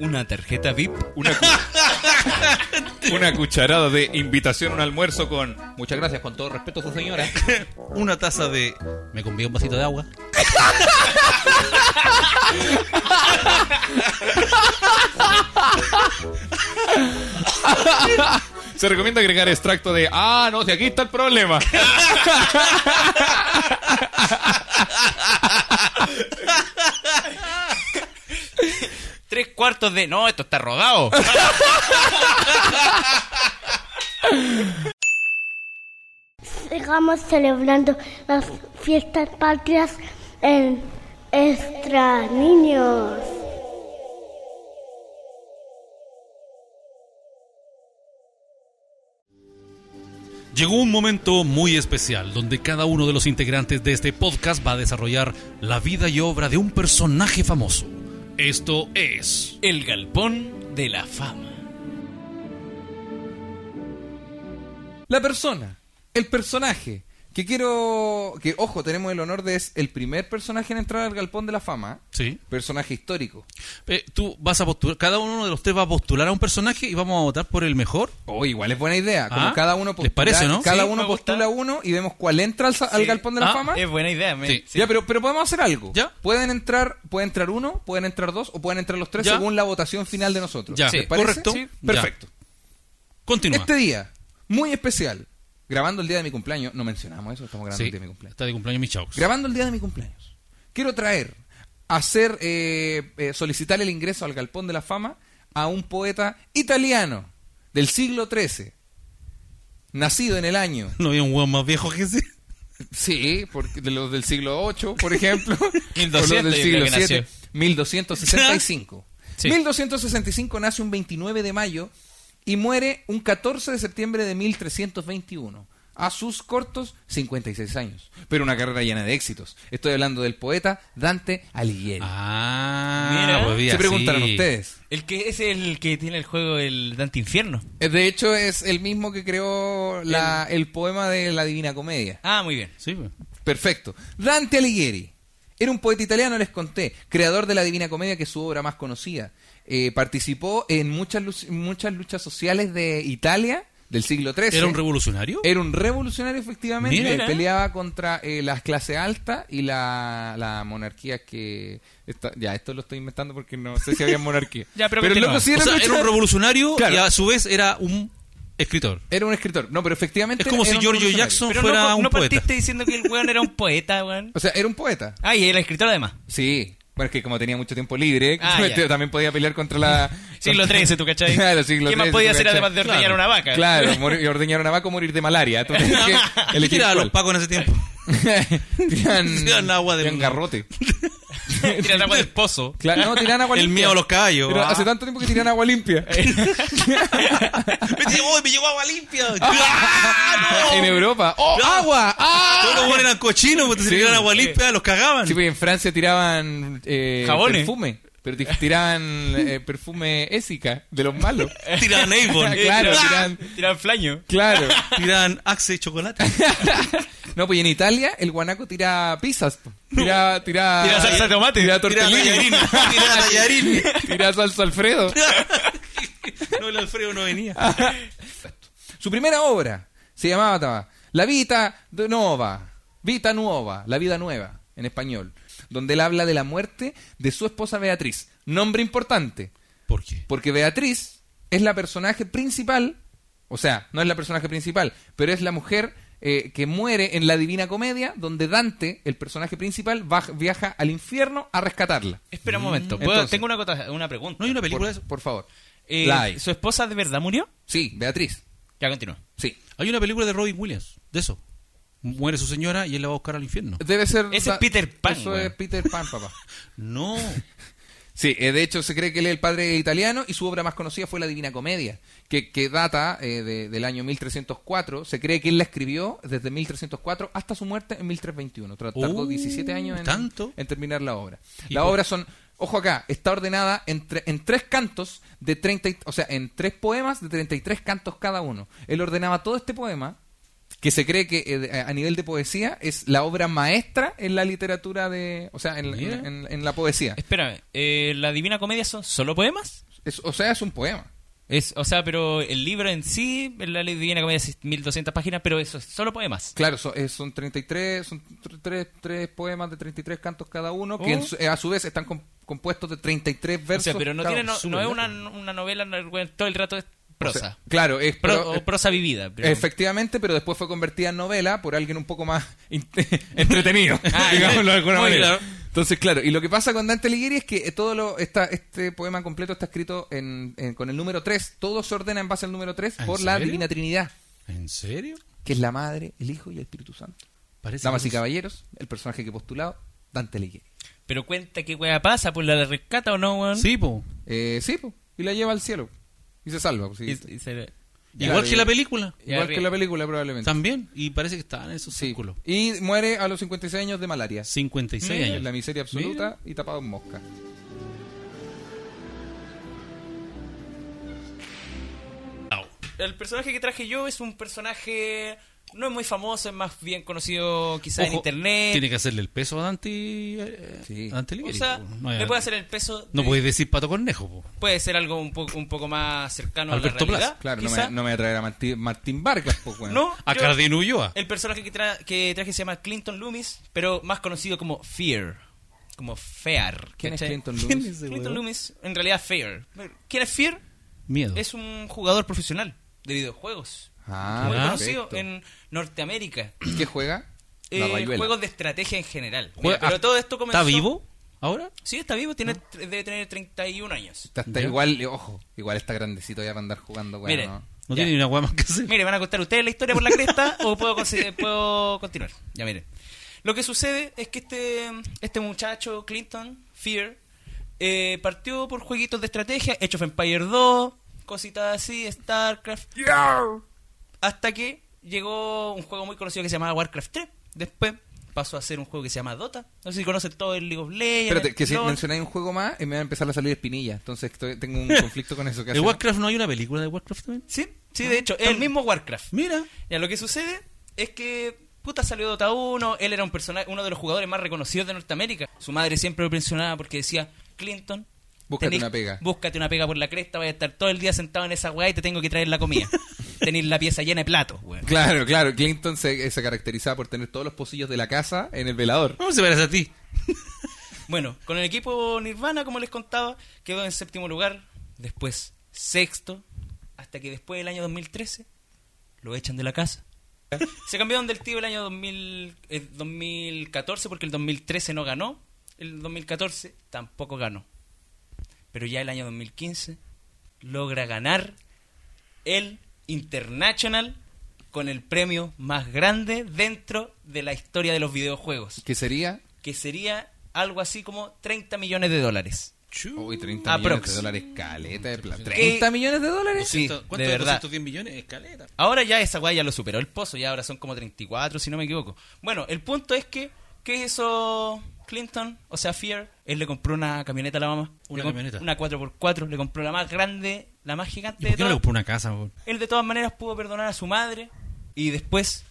S1: Una tarjeta VIP.
S3: Una, cu- una cucharada de invitación a un almuerzo con... Muchas gracias, con todo respeto, su señora.
S2: Una taza de. Me conviene un vasito de agua.
S3: Se recomienda agregar extracto de... Ah, no, si aquí está el problema.
S1: Tres cuartos de. No, esto está rodado.
S9: Sigamos celebrando las fiestas patrias en Extra Niños.
S2: Llegó un momento muy especial donde cada uno de los integrantes de este podcast va a desarrollar la vida y obra de un personaje famoso. Esto es...
S1: El galpón de la fama.
S10: La persona, el personaje que quiero. Que, ojo, tenemos el honor de es el primer personaje en entrar al Galpón de la Fama. ¿eh?
S2: Sí.
S10: Personaje histórico.
S2: Eh, tú vas a postular, cada uno de los tres va a postular a un personaje y vamos a votar por el mejor.
S10: Oh, igual es buena idea. Como
S2: Ah,
S10: cada uno
S2: ¿les parece, no?
S10: Cada
S1: Sí,
S10: uno
S1: me gusta.
S10: postula uno y vemos cuál entra al, sa- al
S1: Sí.
S10: Galpón de la
S2: Ah,
S10: Fama.
S1: Es buena idea, me-
S2: Sí.
S1: sí.
S10: Ya, pero, pero podemos hacer algo.
S2: Ya.
S10: Pueden entrar, puede entrar uno, pueden entrar dos o pueden entrar los tres
S2: Ya.
S10: según la votación final de nosotros.
S2: Ya,
S10: ¿Les
S2: sí,
S10: parece?
S2: correcto.
S10: Sí.
S2: Ya.
S10: Perfecto.
S2: Continúa.
S10: Este día, muy especial. Grabando el día de mi cumpleaños, no mencionamos eso, estamos grabando
S2: Sí,
S10: el día de mi cumpleaños.
S2: Está de cumpleaños mi chaux.
S10: Grabando el día de mi cumpleaños. Quiero traer, hacer, eh, eh, solicitar el ingreso al Galpón de la Fama a un poeta italiano del siglo XIII, nacido en el año.
S2: No había un hueón más viejo que ese.
S10: Sí, porque de los del siglo VIII, por ejemplo.
S1: 1200
S10: o los del
S1: yo
S10: siglo
S1: creo que
S10: VII, 1265.
S1: Sí.
S10: 1265 nace un 29 de mayo y muere un 14 de septiembre de 1321. A sus cortos 56 años. Pero una carrera llena de éxitos. Estoy hablando del poeta Dante Alighieri.
S2: Ah,
S1: Mira.
S2: pues
S10: Se
S2: así.
S10: preguntarán ustedes.
S1: El que es el que tiene el juego el Dante Infierno.
S10: Eh, De hecho, es el mismo que creó la- el poema de la Divina Comedia.
S1: Ah, muy bien.
S2: Sí, pues.
S10: Perfecto. Dante Alighieri. Era un poeta italiano, les conté, creador de la Divina Comedia, que es su obra más conocida. Eh, participó en muchas, lu- muchas luchas sociales de Italia del siglo XIII.
S2: ¿Era un revolucionario?
S10: Era un revolucionario, efectivamente.
S2: Mira.
S10: Peleaba contra eh, las clases altas y la, la monarquía que... esta- ya, esto lo estoy inventando porque no sé si había monarquía.
S1: Ya, pero
S10: el
S1: continúa.
S10: loco sí
S2: o sea, era un
S10: luchador.
S2: revolucionario
S10: Claro.
S2: y a su vez era un escritor.
S10: Era un escritor. No, pero efectivamente...
S2: Es como
S10: era
S2: si
S10: un
S2: Giorgio
S10: revolucionario.
S2: Jackson
S1: Pero
S2: fuera
S1: no,
S2: un
S1: no
S2: poeta.
S1: partiste diciendo que el weón era un poeta, weón.
S10: O sea, era un poeta.
S1: Ah, y era escritor además.
S10: Sí, bueno, es que como tenía mucho tiempo libre,
S1: Ah, ya.
S10: también podía pelear contra la...
S1: Siglo
S10: contra-
S1: XIII, ¿tú cachai?
S10: Claro, siglo
S1: ¿Qué más
S10: XIII,
S1: podía
S10: ¿tú
S1: hacer
S10: cachai?
S1: además de ordeñar
S2: Claro.
S1: una vaca?
S10: Claro, morir- ordeñar una vaca o morir de malaria. Tú tienes que
S2: ¿Qué
S10: elegir
S2: tiraban
S10: cuál.
S2: los pacos en ese tiempo?
S10: tiran,
S2: Tiran agua del-
S10: tiran garrote.
S1: Tirar agua del pozo.
S10: Claro, no, tiran agua
S2: El
S10: limpia.
S2: miedo a los caballos.
S10: Pero
S2: Ah.
S10: hace tanto tiempo que tiran agua limpia.
S2: me, llegó, me llegó agua limpia.
S10: en Europa. ¡Oh,
S2: No.
S10: Ah, agua! ¡Ah!
S2: Todos los buenos eran cochinos, porque
S10: Sí.
S2: se tiraban agua limpia, los cagaban.
S10: Sí, pues, en Francia tiraban eh,
S1: Jabones.
S10: perfume. Pero ti- tiraban eh, perfume ésica de los malos.
S2: Tiraban Avon.
S10: pues. Claro,
S2: Eh,
S10: tiran-
S1: Tirar flaño.
S10: Claro.
S2: Tiraban Axe de chocolate.
S10: No, pues y en Italia el guanaco tira pizzas. po. Tira, tira,
S1: Tira salsa de tomate.
S10: Tira
S2: Tiraban
S10: tortellini.
S2: tallarín. Tiraban tallarín.
S10: Tira salsa Alfredo.
S2: No, el Alfredo no venía.
S10: Su primera obra se llamaba La Vita de Nova. Vita Nueva. La vida nueva, en español. Donde él habla de la muerte de su esposa Beatriz. Nombre importante.
S2: ¿Por qué?
S10: Porque Beatriz es la personaje principal, o sea, no es la personaje principal, pero es la mujer eh, que muere en la Divina Comedia, donde Dante, el personaje principal, va- viaja al infierno a rescatarla.
S1: Espera un momento. ¿puedo-
S10: Entonces.
S1: tengo una, cota- una pregunta.
S2: ¿No hay una película
S10: Por,
S2: de eso?
S10: por favor.
S1: Eh,
S10: La hay.
S1: ¿Su esposa de verdad murió?
S10: Sí, Beatriz.
S1: Ya continúa.
S10: Sí.
S2: Hay una película de Robin Williams, de eso. Muere su señora y él la va a buscar al infierno.
S10: Debe ser.
S1: Ese es Peter Pan,
S10: Eso
S1: weón.
S10: es Peter Pan, papá.
S2: No.
S10: Sí, eh, de hecho se cree que él es el padre italiano y su obra más conocida fue La Divina Comedia, que, que data eh, de- del año 1304. Se cree que él la escribió desde 1304 hasta su muerte en 1321. Tra- Tardó
S2: Uh,
S10: 17 años en,
S2: ¿tanto?
S10: en terminar la obra.
S2: Y
S10: La
S2: por-
S10: obra son, ojo acá, está ordenada en, tre- en tres cantos de 30, y- o sea, en tres poemas de 33 cantos cada uno. Él ordenaba todo este poema que se cree que eh, de- a nivel de poesía es la obra maestra en la literatura de, o sea, en, la-
S2: Mira.
S10: en- en- en la poesía.
S1: Espérame. eh, ¿La Divina Comedia son solo poemas?
S10: Es- o sea, es un poema.
S1: Es, o sea, pero el libro en sí, la Divina Comedia es 1200 páginas, pero eso es solo poemas.
S10: Claro, so- eh, son 33, son tr- tres, tres poemas de 33 cantos cada uno, que
S1: Oh.
S10: en su- eh, a su vez están com- compuestos de 33 versos.
S1: o sea, pero no,
S10: cada
S1: tiene,
S10: uno.
S1: no, no es una, una novela, no, weón, todo el rato es
S10: O
S1: prosa.
S10: sea, claro, es
S1: Pro-
S10: pero- eh,
S1: o prosa vivida. pero-
S10: efectivamente, pero después fue convertida en novela por alguien un poco más in- entretenido,
S1: Ah,
S10: digámoslo de alguna
S1: muy
S10: manera.
S1: claro.
S10: Entonces, claro, y lo que pasa con Dante Alighieri es que eh, todo lo, está, este poema completo está escrito en, en- con el número 3, todo se ordena en base al número 3
S1: ¿Ah,
S2: ¿En
S10: por la
S2: serio?
S10: Divina Trinidad,
S2: ¿En serio?
S10: que es la Madre, el Hijo y el Espíritu Santo.
S2: Parece
S10: Damas
S2: que
S10: y
S2: no sé.
S10: caballeros, el personaje que he postulado, Dante Alighieri.
S1: Pero cuenta qué weá pasa, pues la la rescata o no, weón.
S2: Sí, po.
S10: Eh, sí, po, y la lleva al cielo. Y se salva. pues, sí.
S1: Y- y se-
S10: Ya,
S2: Igual
S10: y-
S2: que la película.
S10: Igual
S7: Ya,
S10: que la película, probablemente.
S2: También. Y parece que estaban en esos
S10: Sí.
S2: círculos.
S10: Y muere a los 56 años de malaria.
S2: 56
S10: Mira,
S2: años.
S10: La miseria absoluta y tapado en mosca.
S2: Au.
S7: El personaje que traje yo es un personaje. No es muy famoso, es más bien conocido quizá en
S2: Ojo,
S7: internet.
S2: Tiene que hacerle el peso a Dante, eh,
S10: Sí.
S2: a Dante
S7: O
S2: Alighieri,
S7: sea,
S2: po. no, hay-
S7: le puede hacer el peso.
S2: no
S7: de-
S2: podéis decir Pato Cornejo. po.
S7: puede ser algo un, poco un poco más cercano
S2: Alberto
S7: a la realidad.
S10: Claro, no
S7: quizá.
S10: me, no me voy a traer a Martín, Martín Vargas, pues, weón.
S7: No,
S2: A
S7: yo-
S2: Cardín Ulloa.
S7: El personaje que, tra- que traje se llama Clinton Loomis, pero más conocido como Fear. Como Fear.
S10: ¿Quién es
S7: ¿cachai?
S10: Clinton Loomis?
S7: Clinton Loomis, en realidad Fear. ¿Quién es Fear?
S2: Miedo.
S7: Es un jugador profesional de videojuegos.
S10: Ah,
S7: muy
S2: Ah.
S7: conocido
S10: perfecto.
S7: en Norteamérica.
S10: ¿Y ¿Qué juega? La
S7: Eh,
S10: rayuela.
S7: juegos de estrategia en general. Mira,
S2: Juega-
S7: pero
S2: ah,
S7: todo esto comenzó...
S2: ¿Está vivo ahora?
S7: Sí, está vivo, tiene, debe tener 31 años.
S10: Está, está
S2: Ya.
S10: igual, eh, ojo, igual está grandecito ya para andar jugando, weón.
S7: Mire.
S10: ¿no?
S7: Ya.
S2: No tiene ni una hueá más que hacer.
S7: Mire, van a contar ustedes la historia por la cresta o puedo, conse- puedo continuar. Ya miren. Lo que sucede es que este, este muchacho, Clinton, Fear, eh, partió por jueguitos de estrategia, Age of Empire 2, cositas así, StarCraft. Hasta que llegó un juego muy conocido que se llamaba Warcraft 3. Después pasó a ser un juego que se llama Dota. No sé si conocen todo el League of Legends.
S10: Espérate, que si
S7: LOL.
S10: mencionáis un juego más, eh, me va a empezar a salir espinilla. Entonces estoy- tengo un conflicto con eso. que
S2: ¿De Warcraft no hay una película de Warcraft también?
S7: Sí, sí, de hecho, es el mismo Warcraft.
S2: Mira.
S7: Ya, lo que sucede es que puta salió Dota 1, él era un personaje, uno de los jugadores más reconocidos de Norteamérica. Su madre siempre lo presionaba porque decía, Clinton,
S10: Búscate
S7: tenés-
S10: una pega."
S7: Búscate una pega por la cresta, vas a estar todo el día sentado en esa weá y te tengo que traer la comida. Tenés la pieza llena de platos, weón.
S10: Claro, claro. Clinton se, eh, se caracterizaba por tener todos los pocillos de la casa en el velador.
S2: ¿Cómo se parece a ti?
S7: Bueno, con el equipo Nirvana, como les contaba, quedó en séptimo lugar, después sexto, hasta que después del año 2013 lo echan de la casa. Se cambiaron del tío el año 2000, eh, 2014 porque el 2013 no ganó, el 2014 tampoco ganó. Pero ya el año 2015 logra ganar el International con el premio más grande dentro de la historia de los videojuegos
S10: Que sería.
S7: que sería algo así como 30 millones de dólares.
S10: Uy,
S2: Ah,
S10: 30 millones
S7: Aprox.
S10: de dólares. Caleta de plata.
S7: Eh,
S10: ¿30 millones de dólares?
S7: Sí,
S2: ¿Cuánto
S7: de verdad.
S2: 210 millones? Escalera.
S7: Ahora ya esa weá ya lo superó el pozo, ya ahora son como 34, si no me equivoco. Bueno, el punto es que, ¿qué hizo Clinton? O sea, Fear, él le compró una camioneta a la mamá.
S2: Una
S7: Le comp-
S2: camioneta.
S7: Una 4x4, le compró la más grande, la más
S2: ¿Y
S7: gigante de
S2: por qué no le
S7: todas.
S2: compró una casa? weón?
S7: Él de todas maneras pudo perdonar a su madre y después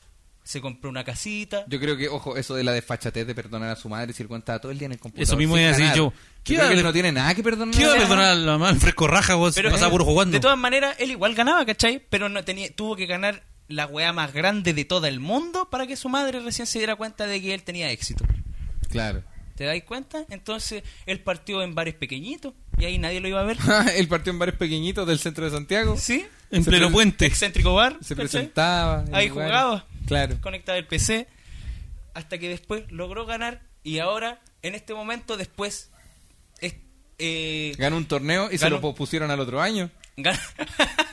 S7: se compró una casita.
S10: Yo creo que, ojo, eso de la desfachatez de perdonar a su madre si el cuenta todo el día en el computador.
S2: Eso mismo
S10: sin
S2: iba a decir
S10: ganar.
S2: yo. ¿Qué
S10: Yo
S2: iba
S10: creo
S2: a-
S10: que él no tiene nada que perdonar.
S2: ¿Qué iba a perdonar a la mamá en fresco raja? Vos
S7: Pero eh,
S2: pasaba puro jugando.
S7: De todas maneras, él igual ganaba, ¿cachai? Pero no tenía, tuvo que ganar la weá más grande de todo el mundo para que su madre recién se diera cuenta de que él tenía éxito.
S10: Claro.
S7: ¿Te dais cuenta? Entonces, él partió en bares pequeñitos y ahí nadie lo iba a ver.
S10: el partió en bares pequeñitos del centro de Santiago.
S7: ¿Sí?
S2: En pleno
S10: Se-
S2: puente.
S7: Excéntrico bar. ¿cachai?
S10: Se presentaba. en
S7: Ahí
S10: lugares.
S7: jugaba.
S10: Claro.
S7: Conectaba el PC. Hasta que después logró ganar y ahora, en este momento, después... es- eh,
S10: Ganó un torneo y se
S7: Ganó-
S10: lo pospusieron al otro año.
S7: Gan-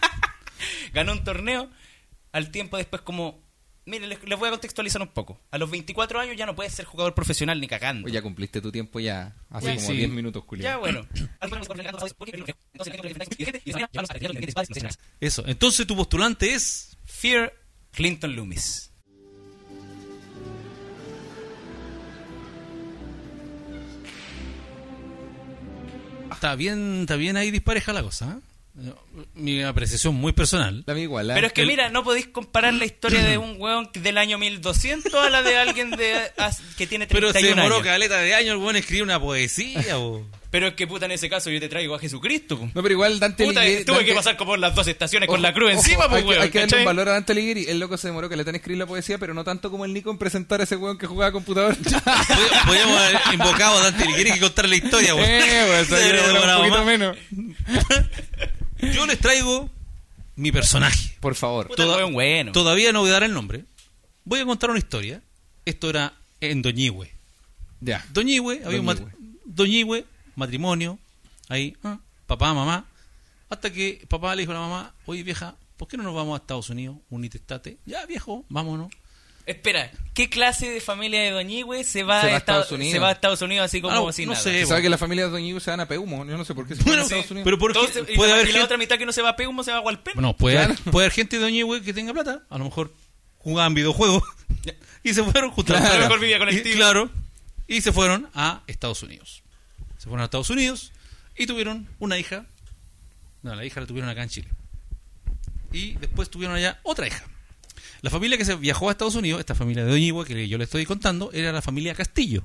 S7: ganó un torneo al tiempo después como miren les, les voy a contextualizar un poco a los 24 años ya no puedes ser jugador profesional ni cagando
S10: Oye, ya cumpliste tu tiempo ya. Hace
S2: Sí,
S10: como
S2: sí.
S10: 10 minutos,
S7: ya
S10: culiado.
S7: bueno
S2: Eso. Entonces tu postulante es.
S7: Fear Clinton Loomis
S2: Está bien, está bien ahí dispareja la cosa. ¿eh? Mi apreciación muy personal.
S10: Dame igual. ¿ah?
S7: pero es que mira no podéis comparar la historia de un weón del año 1200 a la de alguien de as- que tiene
S2: Pero
S7: 31
S2: se demoró
S7: años
S2: caleta de años el buen escribir una poesía. bo.
S7: pero es que puta en ese caso yo te traigo a Jesucristo po.
S10: No, pero igual Dante
S7: puta
S10: Alighieri-
S7: tuve que
S10: Dante-
S7: pasar como por las dos estaciones
S10: Ojo,
S7: con la cruz
S10: ojo,
S7: encima pues
S10: hay, que-
S7: weón
S10: hay que darle
S7: ¿cachai?
S10: un valor a Dante Alighieri. El loco se demoró que le están escribir la poesía, pero no tanto como el Nico en presentar a ese weón que jugaba a computador.
S2: Pod- Podríamos haber invocado a Dante Alighieri que contar la historia. bo.
S10: eh,
S7: pues,
S10: weón,
S2: Se
S10: se
S2: habría
S10: demoró un
S2: demorado
S10: poquito
S2: más.
S10: menos.
S2: Yo les traigo mi personaje.
S10: Por favor.
S7: Puta, weón, bueno.
S2: Todavía no voy a dar el nombre. Voy a contar una historia. Esto era en Doñihue.
S10: Ya.
S2: Doñihue, había un mat-
S10: Doñihue.
S2: Doñihue, matrimonio, ahí, ah, papá, mamá. Hasta que papá le dijo a la mamá, oye vieja, ¿por qué no nos vamos a Estados Unidos? Unite, estate. Ya viejo, vámonos.
S1: Espera, ¿qué clase de familia de Doñigüe se va,
S10: Se va
S1: a,
S10: a
S1: Estados,
S10: Estados Unidos?
S1: se va a Estados Unidos así como
S2: Ah,
S1: sin
S2: no
S1: nada?
S2: sé,
S10: Se
S2: bueno.
S10: sabe que la familia de Don Ivo se van a Peumo. Yo no sé por qué se van
S2: Bueno,
S10: a Estados Unidos.
S2: pero ¿por qué?
S1: Entonces, y
S2: puede
S1: la-
S2: haber
S1: y
S2: gente,
S1: la otra mitad que no se va a Peumo se va a Gualpén.
S2: bueno, puede,
S10: Claro.
S2: haber- puede haber gente de Doña Hue que tenga plata. A lo mejor jugaban videojuegos y se fueron juntando.
S1: Claro. A lo mejor vivía
S2: y,
S1: colectivo.
S2: claro, y se fueron a Estados Unidos. Se fueron a Estados Unidos y tuvieron una hija. No, la hija la tuvieron acá en Chile. Y después tuvieron allá otra hija. La familia que se viajó a Estados Unidos, esta familia de Doña Hue que yo le estoy contando, era la familia Castillo.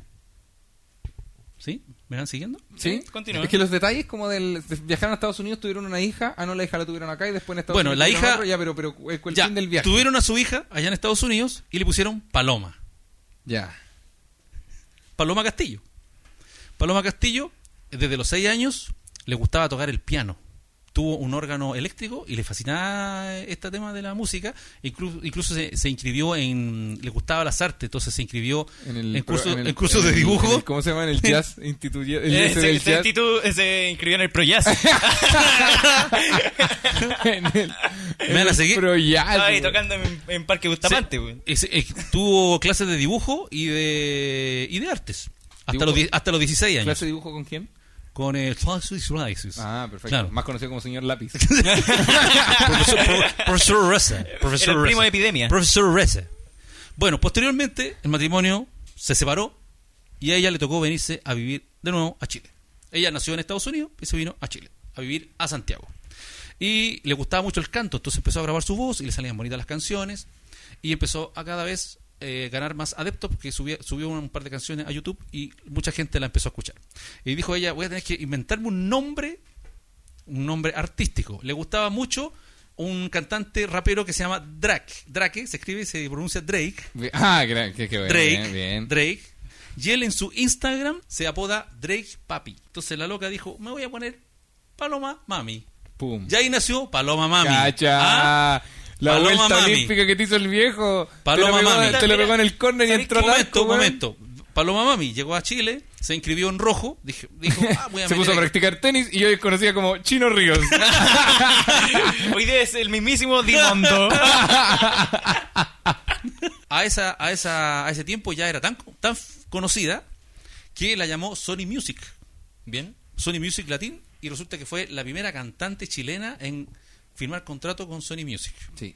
S2: ¿Sí? ¿Me van siguiendo?
S1: Sí, continúa.
S10: Es que los detalles como del de- viajaron a Estados Unidos tuvieron una hija, ah no la hija la tuvieron acá y después en Estados
S2: Bueno,
S10: Unidos.
S2: la
S10: tuvieron
S2: hija-
S10: otro, ya, pero pero el, el
S2: Ya,
S10: fin del viaje.
S2: Tuvieron a su hija allá en Estados Unidos y le pusieron Paloma.
S10: Ya.
S2: Paloma Castillo. Paloma Castillo, desde los 6 años, le gustaba tocar el piano. Tuvo un órgano eléctrico y le fascinaba este tema de la música. Incluso, incluso se, se inscribió en. Le gustaba las artes, entonces se inscribió en, curso-
S10: en el-
S2: en cursos
S10: en
S2: de
S10: el-
S2: dibujo.
S10: en el- ¿Cómo se llama? En el jazz instituye- el
S1: Eh,
S10: ese
S1: se,
S10: del
S1: se
S10: jazz.
S1: institu- se inscribió en el Pro Jazz.
S10: en el,
S2: ¿Me van a seguir?
S10: Pero ya.
S1: Estaba ahí tocando en, en Parque
S2: Sí.
S1: Bustamante, güey.
S2: Es- eh, tuvo clases de dibujo y de, y de artes. Hasta
S10: Dibujo.
S2: los, die- hasta los 16 años.
S10: ¿Clase de dibujo con quién?
S2: Con el Francis Rises.
S10: Ah, perfecto.
S2: Claro.
S10: Más conocido como señor lápiz.
S2: profesor, pro- profesor Reza. Profesor
S1: Era el
S2: Reza.
S1: primo de Epidemia.
S2: Profesor Reza. Bueno, posteriormente el matrimonio se separó y a ella le tocó venirse a vivir de nuevo a Chile. Ella nació en Estados Unidos y se vino a Chile, a vivir a Santiago. Y le gustaba mucho el canto, entonces empezó a grabar su voz y le salían bonitas las canciones y empezó a cada vez eh, ganar más adeptos porque subía- subió un par de canciones a YouTube y mucha gente la empezó a escuchar. Y dijo ella, voy a tener que inventarme un nombre un nombre artístico. Le gustaba mucho un cantante rapero que se llama Drake. Drake se escribe y se pronuncia Drake.
S10: ah, gra- qué, qué bueno.
S2: Drake.
S10: Bien, bien.
S2: Drake. Y él en su Instagram se apoda Drake Papi. Entonces la loca dijo, me voy a poner Paloma Mami.
S10: Pum.
S2: Y ahí nació Paloma Mami.
S10: Cacha.
S2: Ah,
S10: La
S2: Paloma
S10: vuelta
S2: Mami.
S10: olímpica que te hizo el viejo.
S2: Paloma
S10: te lo pegó,
S2: Mami.
S10: Te lo pegó en el corner y
S1: ¿Sabes
S10: entró al
S2: momento,
S10: arco, weón.
S2: momento. Paloma Mami llegó a Chile, se inscribió en rojo, dijo, dijo, "Ah, voy a
S10: Se puso a
S2: meter-
S10: practicar tenis y hoy es conocida como Chino Ríos.
S1: Hoy día es el mismísimo Dimondo.
S2: a, esa, a, esa, a ese tiempo ya era tan, tan f- conocida que la llamó Sony Music. Bien. Sony Music Latin. Y resulta que fue la primera cantante chilena en firmar contrato con Sony Music.
S10: sí.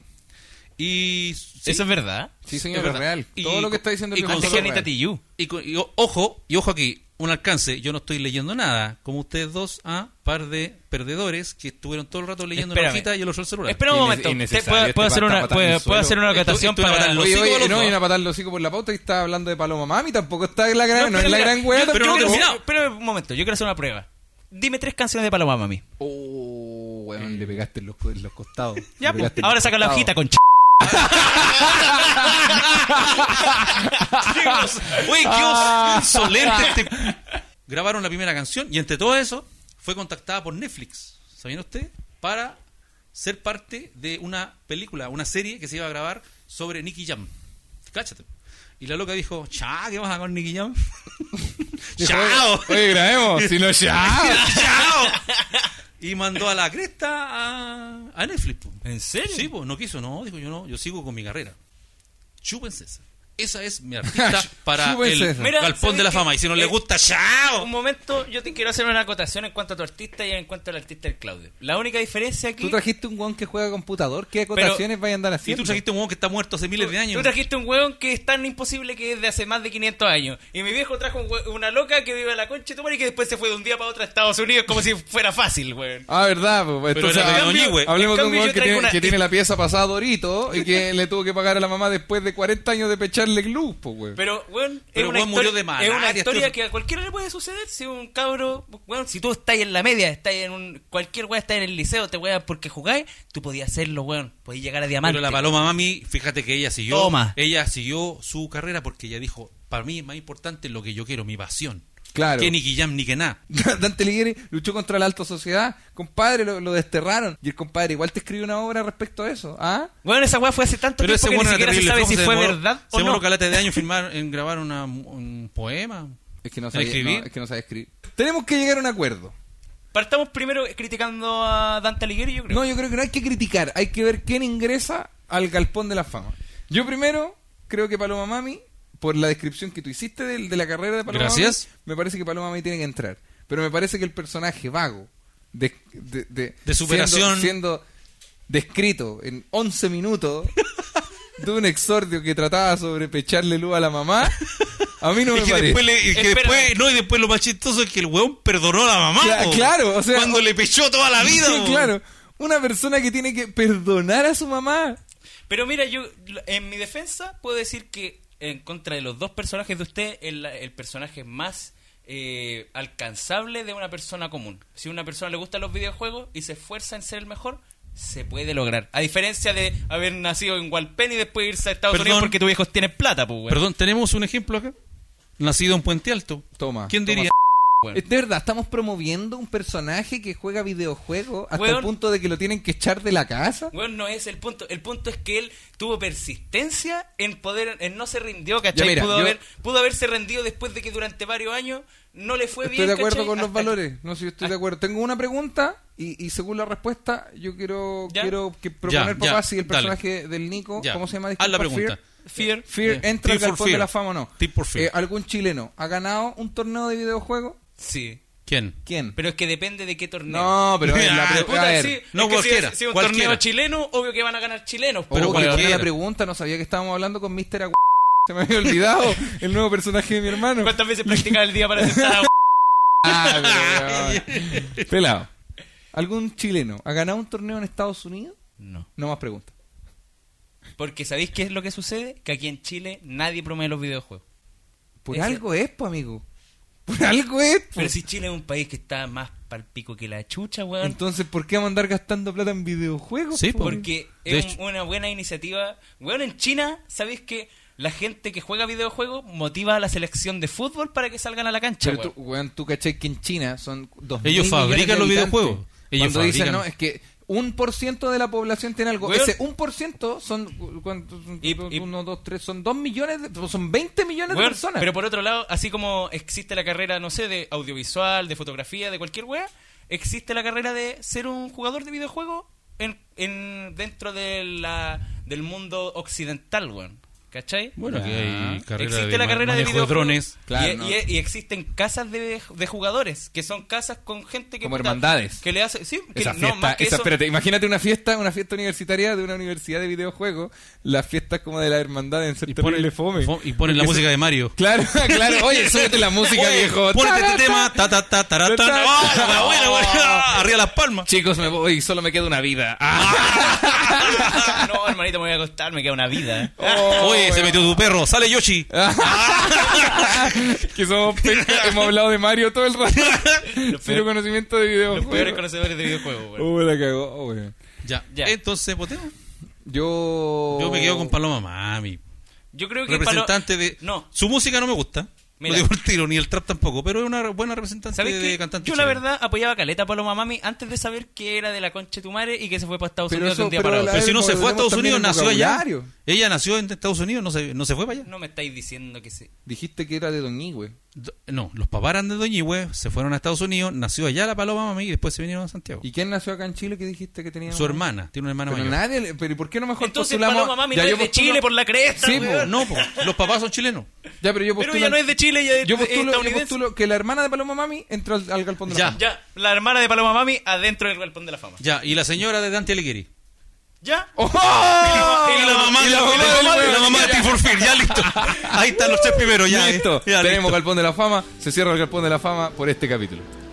S2: Y, sí,
S1: Eso es verdad.
S10: Sí, señor,
S2: Es
S10: es
S2: verdad.
S10: real.
S2: Y
S10: Todo lo que
S2: con-
S10: está diciendo
S2: y
S10: el
S2: con
S10: viejo
S1: Antes
S10: es
S1: que
S2: Sony-
S10: real.
S1: Anita Tijoux.
S2: y, co- y o- ojo, y ojo aquí, un alcance. Yo no estoy leyendo nada. Como ustedes dos, a par de perdedores que estuvieron todo el rato leyendo la
S1: Espérame.
S2: hojita y el otro el celular.
S1: Espera un
S10: Inne-
S1: momento.
S10: innecesario,
S1: Te- ¿Puedo,
S10: este
S1: puedo hacer
S10: pata
S1: una,
S10: patada en el
S1: puedo, puedo
S10: suelo.
S1: hacer una
S2: Esto-
S1: acotación
S2: esto es
S1: para...
S2: matar los
S10: Oye,
S2: hocico a
S10: oye,
S2: los
S10: no,
S2: dos.
S10: y una patada al hocico por la pauta y está hablando de Paloma Mami, tampoco está la gran, no,
S1: pero
S10: es la
S1: mira,
S10: gran wea
S1: yo-
S2: pero no
S1: yo
S2: he
S1: quiero-
S2: terminado.
S1: Espera un momento, yo quiero hacer una prueba. Dime tres canciones de Paloma Mami.
S10: Oh, weón, le pegaste en los, en los costados.
S1: Ya,
S10: Le pegaste en
S1: ahora
S10: los
S1: saca la
S10: costados.
S1: hojita con ch...
S2: Uy,
S10: Ah.
S2: qué insolente este- Grabaron la primera canción y entre todo eso fue contactada por Netflix, ¿sabían ustedes? Para ser parte de una película, una serie que se iba a grabar sobre Nicky Jam. Cáchate. Y la loca dijo, chá, ¿qué vas a hacer con Nicky Jam?
S10: Dijo,
S2: ¡Chao!
S10: Oye, oye, grabemos, si no, ya.
S2: ¡Chao! Y mandó a la cresta a, a Netflix. po.
S1: ¿En serio?
S2: Sí, pues no quiso, no, dijo yo no, yo sigo con mi carrera. Chúpense esa. Esa es mi artista para el
S10: Chúpense esa.
S1: Mira,
S2: galpón
S1: ¿sabes
S2: de la
S1: qué?
S2: fama. Y si no le
S1: Eh,
S2: gusta, chao.
S1: Un momento, yo te quiero hacer una acotación en cuanto a tu artista y en cuanto al artista del Claudio. La única diferencia aquí...
S10: Tú trajiste un weón que juega computador, ¿qué acotaciones vayan a andar
S2: Y tú
S10: haciendo?
S2: trajiste un huevo que está muerto hace miles de
S1: Tú
S2: años.
S1: trajiste un hueón que es tan imposible que es de hace más de 500 años. Y mi viejo trajo un hue- una loca que vive a la concha de tu madre y que después se fue de un día para otro a Estados Unidos como si fuera fácil, hueón.
S10: Ah, verdad, pues,
S2: Pero
S10: entonces,
S2: era de
S10: ah,
S2: Doñi, güey.
S10: hablemos
S1: En
S10: de un
S1: cambio,
S10: weón
S1: yo
S10: que,
S1: traigo
S10: tiene,
S1: una-
S10: que tiene la pieza pasada Dorito y que le tuvo que pagar a la mamá después de 40 años de pecharle glue, pues, güey.
S1: Pero, weón, es
S2: Pero,
S1: una,
S2: weón, murió
S1: historia,
S2: de malaria,
S1: es una historia
S2: esto-
S1: que a cualquiera le puede suceder si un cabro, weón, si tú estás en la media, estás en un, cualquier weón está en el liceo, te weas porque jugáis, tú podías hacerlo, weón, podías llegar a diamante.
S2: Pero la paloma mami, fíjate que ella siguió,
S1: Toma.
S2: ella siguió su carrera porque ella dijo, para mí es más importante lo que yo quiero, mi pasión.
S10: Claro.
S2: Que Nicky Jam ni que nada.
S10: Dante Alighieri luchó contra la alta sociedad, compadre, lo, lo desterraron. Y el compadre igual te escribió una obra respecto a eso, ¿ah?
S1: Weón, esa wea fue hace tanto
S2: Pero ese
S1: tiempo que
S2: huevo
S1: ni
S2: era
S1: siquiera se
S2: terrible. flojo,
S1: sabe si
S2: se
S1: fue
S2: demoró-
S1: verdad
S2: Se
S1: o
S2: demoró
S1: no.
S2: caleta de años firmar, en grabar una- un poema.
S10: Es que no
S2: ¿En
S10: sabía
S2: escribir?
S10: no, es que no sabía escribir. Tenemos que llegar a un acuerdo.
S1: Partamos primero criticando a Dante Alighieri, yo creo.
S10: No, yo creo que no hay que criticar, hay que ver quién ingresa al galpón de la fama. Yo primero creo que Paloma Mami, por la descripción que tú hiciste del- de, la carrera de Paloma
S2: Gracias.
S10: Mami, me parece que Paloma Mami tiene que entrar. Pero me parece que el personaje vago, de, de, de-
S2: De superación.
S10: siendo, siendo descrito en 11 minutos de un exordio que trataba sobre pecharle luz a la mamá, a mí no me
S2: Y que
S10: parece.
S2: después, le- y que
S7: Espérame.
S2: después- no, y después lo más chistoso es que el weón perdonó a la mamá.
S10: Cla-
S2: po.
S10: claro, o sea,
S2: Cuando
S10: o-
S2: le pechó toda la vida.
S10: Sí,
S2: po.
S10: claro. Una persona que tiene que perdonar a su mamá.
S7: Pero mira, yo en mi defensa puedo decir que en contra de los dos personajes de usted, el, el personaje más eh, alcanzable de una persona común. Si a una persona le gustan los videojuegos y se esfuerza en ser el mejor, se puede lograr. A diferencia de haber nacido en Walpen y después irse a Estados
S2: Perdón.
S7: Unidos porque tus viejos tienen plata, pues, weón.
S2: Perdón, tenemos un ejemplo acá. Nacido en Puente Alto.
S10: Toma.
S2: ¿Quién
S10: toma.
S2: diría?
S10: Eh, De verdad, estamos promoviendo un personaje que juega videojuegos hasta
S7: Weón.
S10: el punto de que lo tienen que echar de la casa.
S7: Weón, no es el punto. El punto es que él tuvo persistencia en poder, en no se rindió, ¿cachai?
S10: Ya, mira,
S7: pudo,
S10: yo-
S7: haber, pudo haberse rendido después de que durante varios años no le fue
S10: Estoy
S7: bien.
S10: de acuerdo
S7: ¿cachai?
S10: con los
S7: Hasta que-
S10: valores. No sé, yo estoy de acuerdo. Tengo una pregunta y, y según la respuesta, yo quiero,
S7: Ya.
S10: quiero que proponer,
S2: Ya, ya,
S10: papá, si el
S2: dale.
S10: personaje del Nico,
S2: Ya.
S10: ¿cómo se llama?
S2: Haz la
S10: Disculpa,
S2: pregunta.
S10: Fear.
S7: Fear.
S10: Fear,
S2: Yeah.
S10: entra
S2: Team
S10: al
S2: for
S10: galpón de
S2: Fear.
S10: la fama o no.
S2: Team for Fear.
S10: Eh, ¿Algún chileno ha ganado un torneo de videojuegos?
S7: Sí.
S2: ¿Quién?
S10: ¿Quién?
S7: Pero es que depende de qué torneo.
S10: No, pero a ver, la
S2: Ah,
S10: pre-
S7: Puta,
S10: a ver.
S7: sí, es
S2: no
S7: que si es-
S2: cualquiera,
S7: Si es un
S2: cualquiera.
S7: torneo chileno, obvio que van a ganar chilenos.
S10: Pero
S2: Pero
S7: po, weón.
S2: cualquiera.
S10: la pregunta, no sabía que estábamos hablando con Mr. Agu- Se me había olvidado el nuevo personaje de mi hermano.
S7: ¿Cuántas veces practicas el día para aceptar a
S10: Ah, pero, weón. Pelado. ¿Algún chileno ha ganado un torneo en Estados Unidos?
S7: No.
S10: No más preguntas.
S7: Porque ¿sabéis qué es lo que sucede? Que aquí en Chile nadie promueve los videojuegos.
S10: Por
S7: Ese-
S10: algo es, po, amigo. Por algo es, po.
S7: Pero si Chile es un país que está más pal pico que la chucha, weón.
S10: Entonces, ¿por qué vamos a andar gastando plata en videojuegos?
S2: Sí,
S10: po?
S7: Porque
S2: De
S7: es un-
S2: hecho.
S7: una buena iniciativa. Weón, en China, ¿sabéis que la gente que juega videojuegos motiva a la selección de fútbol para que salgan a la cancha?
S10: Pero tú,
S7: weón?
S10: weón, tú caché que en China son dos
S2: Ellos
S10: mil millones
S2: fabrican
S10: de
S2: los
S10: habitantes.
S2: videojuegos. Ellos
S10: Cuando dicen,
S2: fabrican-
S10: no, es que un por ciento de la población tiene algo.
S7: Weón.
S10: Ese un por ciento son, ¿cuántos son?
S7: Y- y-
S10: uno, dos, tres, son dos millones, de- son 20 millones de
S7: Weón,
S10: personas.
S7: Pero por otro lado, así como existe la carrera, no sé, de audiovisual, de fotografía, de cualquier wea, existe la carrera de ser un jugador de videojuego en, en- dentro de la, del mundo occidental, weón. ¿Cachai?
S2: Bueno, aquí
S10: Ya.
S2: hay carrera
S7: existe
S2: de
S7: la
S2: ma-
S7: carrera de
S2: manejo de
S7: videojuegos.
S2: drones.
S10: Claro,
S7: y, e-
S10: ¿no?
S7: y- y existen casas de, de jugadores, que son casas con gente que.
S10: Como hermandades.
S7: Que le hace. Sí, que
S10: Esa
S7: no,
S10: fiesta,
S7: más que
S10: esa-
S7: eso-
S10: espérate, imagínate una fiesta, una fiesta universitaria de una universidad de videojuegos, las fiestas como de la hermandad en ser
S2: Y ponen,
S10: terrible fome.
S2: fo- y ponen la
S10: Porque
S2: música de Mario.
S10: se- Claro, claro. Oye, súbete la música,
S2: Oye,
S10: viejo.
S2: Ponete
S10: Tarata.
S2: este tema. Ta, ta, ta, tarata.
S10: Ta, ta.
S2: Ah, la buena, buena. Ah, Arriba las palmas.
S10: Chicos, me voy, solo me queda una vida. Ah.
S7: no, hermanito, me voy a acostar, me queda una vida.
S10: Oh,
S2: Oye, se
S10: weón. Ah.
S2: metió tu perro. Sale Yoshi.
S10: que somos pe- hemos hablado de Mario todo el rato. Cero conocimiento de
S7: Los peores
S10: videojuegos.
S7: conocedores de videojuegos, weón.
S10: Oh, la cagó, oh, weón.
S2: Ya.
S7: Ya.
S2: Entonces, votemos.
S10: Yo
S2: Yo me quedo con Paloma Mami.
S7: Yo creo que. para lo-
S2: Representante de.
S7: No,
S2: Su música no me gusta.
S7: Mira.
S2: No digo el tiro, ni el trap tampoco. Pero es una buena representante
S7: ¿Sabéis
S2: de
S7: qué?
S2: cantante.
S7: Yo la
S2: chilena.
S7: verdad apoyaba a Caleta Paloma Mami antes de saber que era de la concha de tu madre y que se fue para Estados
S10: Pero
S7: Unidos de
S10: eso-
S7: un día
S10: pero
S7: para
S10: la-
S7: otro.
S2: Pero si no se fue a
S10: Volvemos
S2: Estados
S10: también
S2: Unidos,
S10: al
S2: nació allá.
S10: vocabulario.
S2: Ella nació en Estados Unidos, no se, no se fue para allá.
S7: No me estáis diciendo que sí.
S10: dijiste que era de Doñi, güey.
S2: Do- No, los papás eran de Doñihue, se fueron a Estados Unidos, nació allá la paloma mami y después se vinieron a Santiago.
S10: ¿Y quién nació acá en Chile que dijiste que tenía
S2: Su hermana, tiene una hermana
S10: Pero
S2: mayor.
S10: nadie, le- pero ¿y ¿por qué no mejor
S7: Entonces
S10: postulamos?
S7: Paloma Mami
S10: Ya,
S7: no
S10: yo
S7: es de
S10: postulo-
S7: Chile por la cresta,
S10: Sí,
S7: weón.
S10: po,
S2: No, po, los papás son chilenos.
S10: Ya, pero yo
S7: Pero
S10: postulo.
S7: ella no es de Chile, ella es
S10: yo
S7: de-
S10: postulo, yo
S7: estadounidense.
S10: postulo que la hermana de Paloma Mami entró al, al galpón de la
S2: Ya.
S10: fama.
S7: Ya, la hermana de Paloma Mami adentro del galpón de la fama.
S2: Ya, y la señora de Dante Alighieri.
S7: ¿Ya?
S10: ¡Oh!
S7: Y la mamá
S2: y
S7: de-
S2: la mamá,
S7: y la
S2: de-
S7: mamá
S2: la mamá de Team for Fear, ya listo. Ahí están los tres primeros, ya. eh.
S10: listo.
S2: Ya,
S10: Tenemos
S2: listo.
S10: galpón de la fama. Se cierra el galpón de la fama por este capítulo.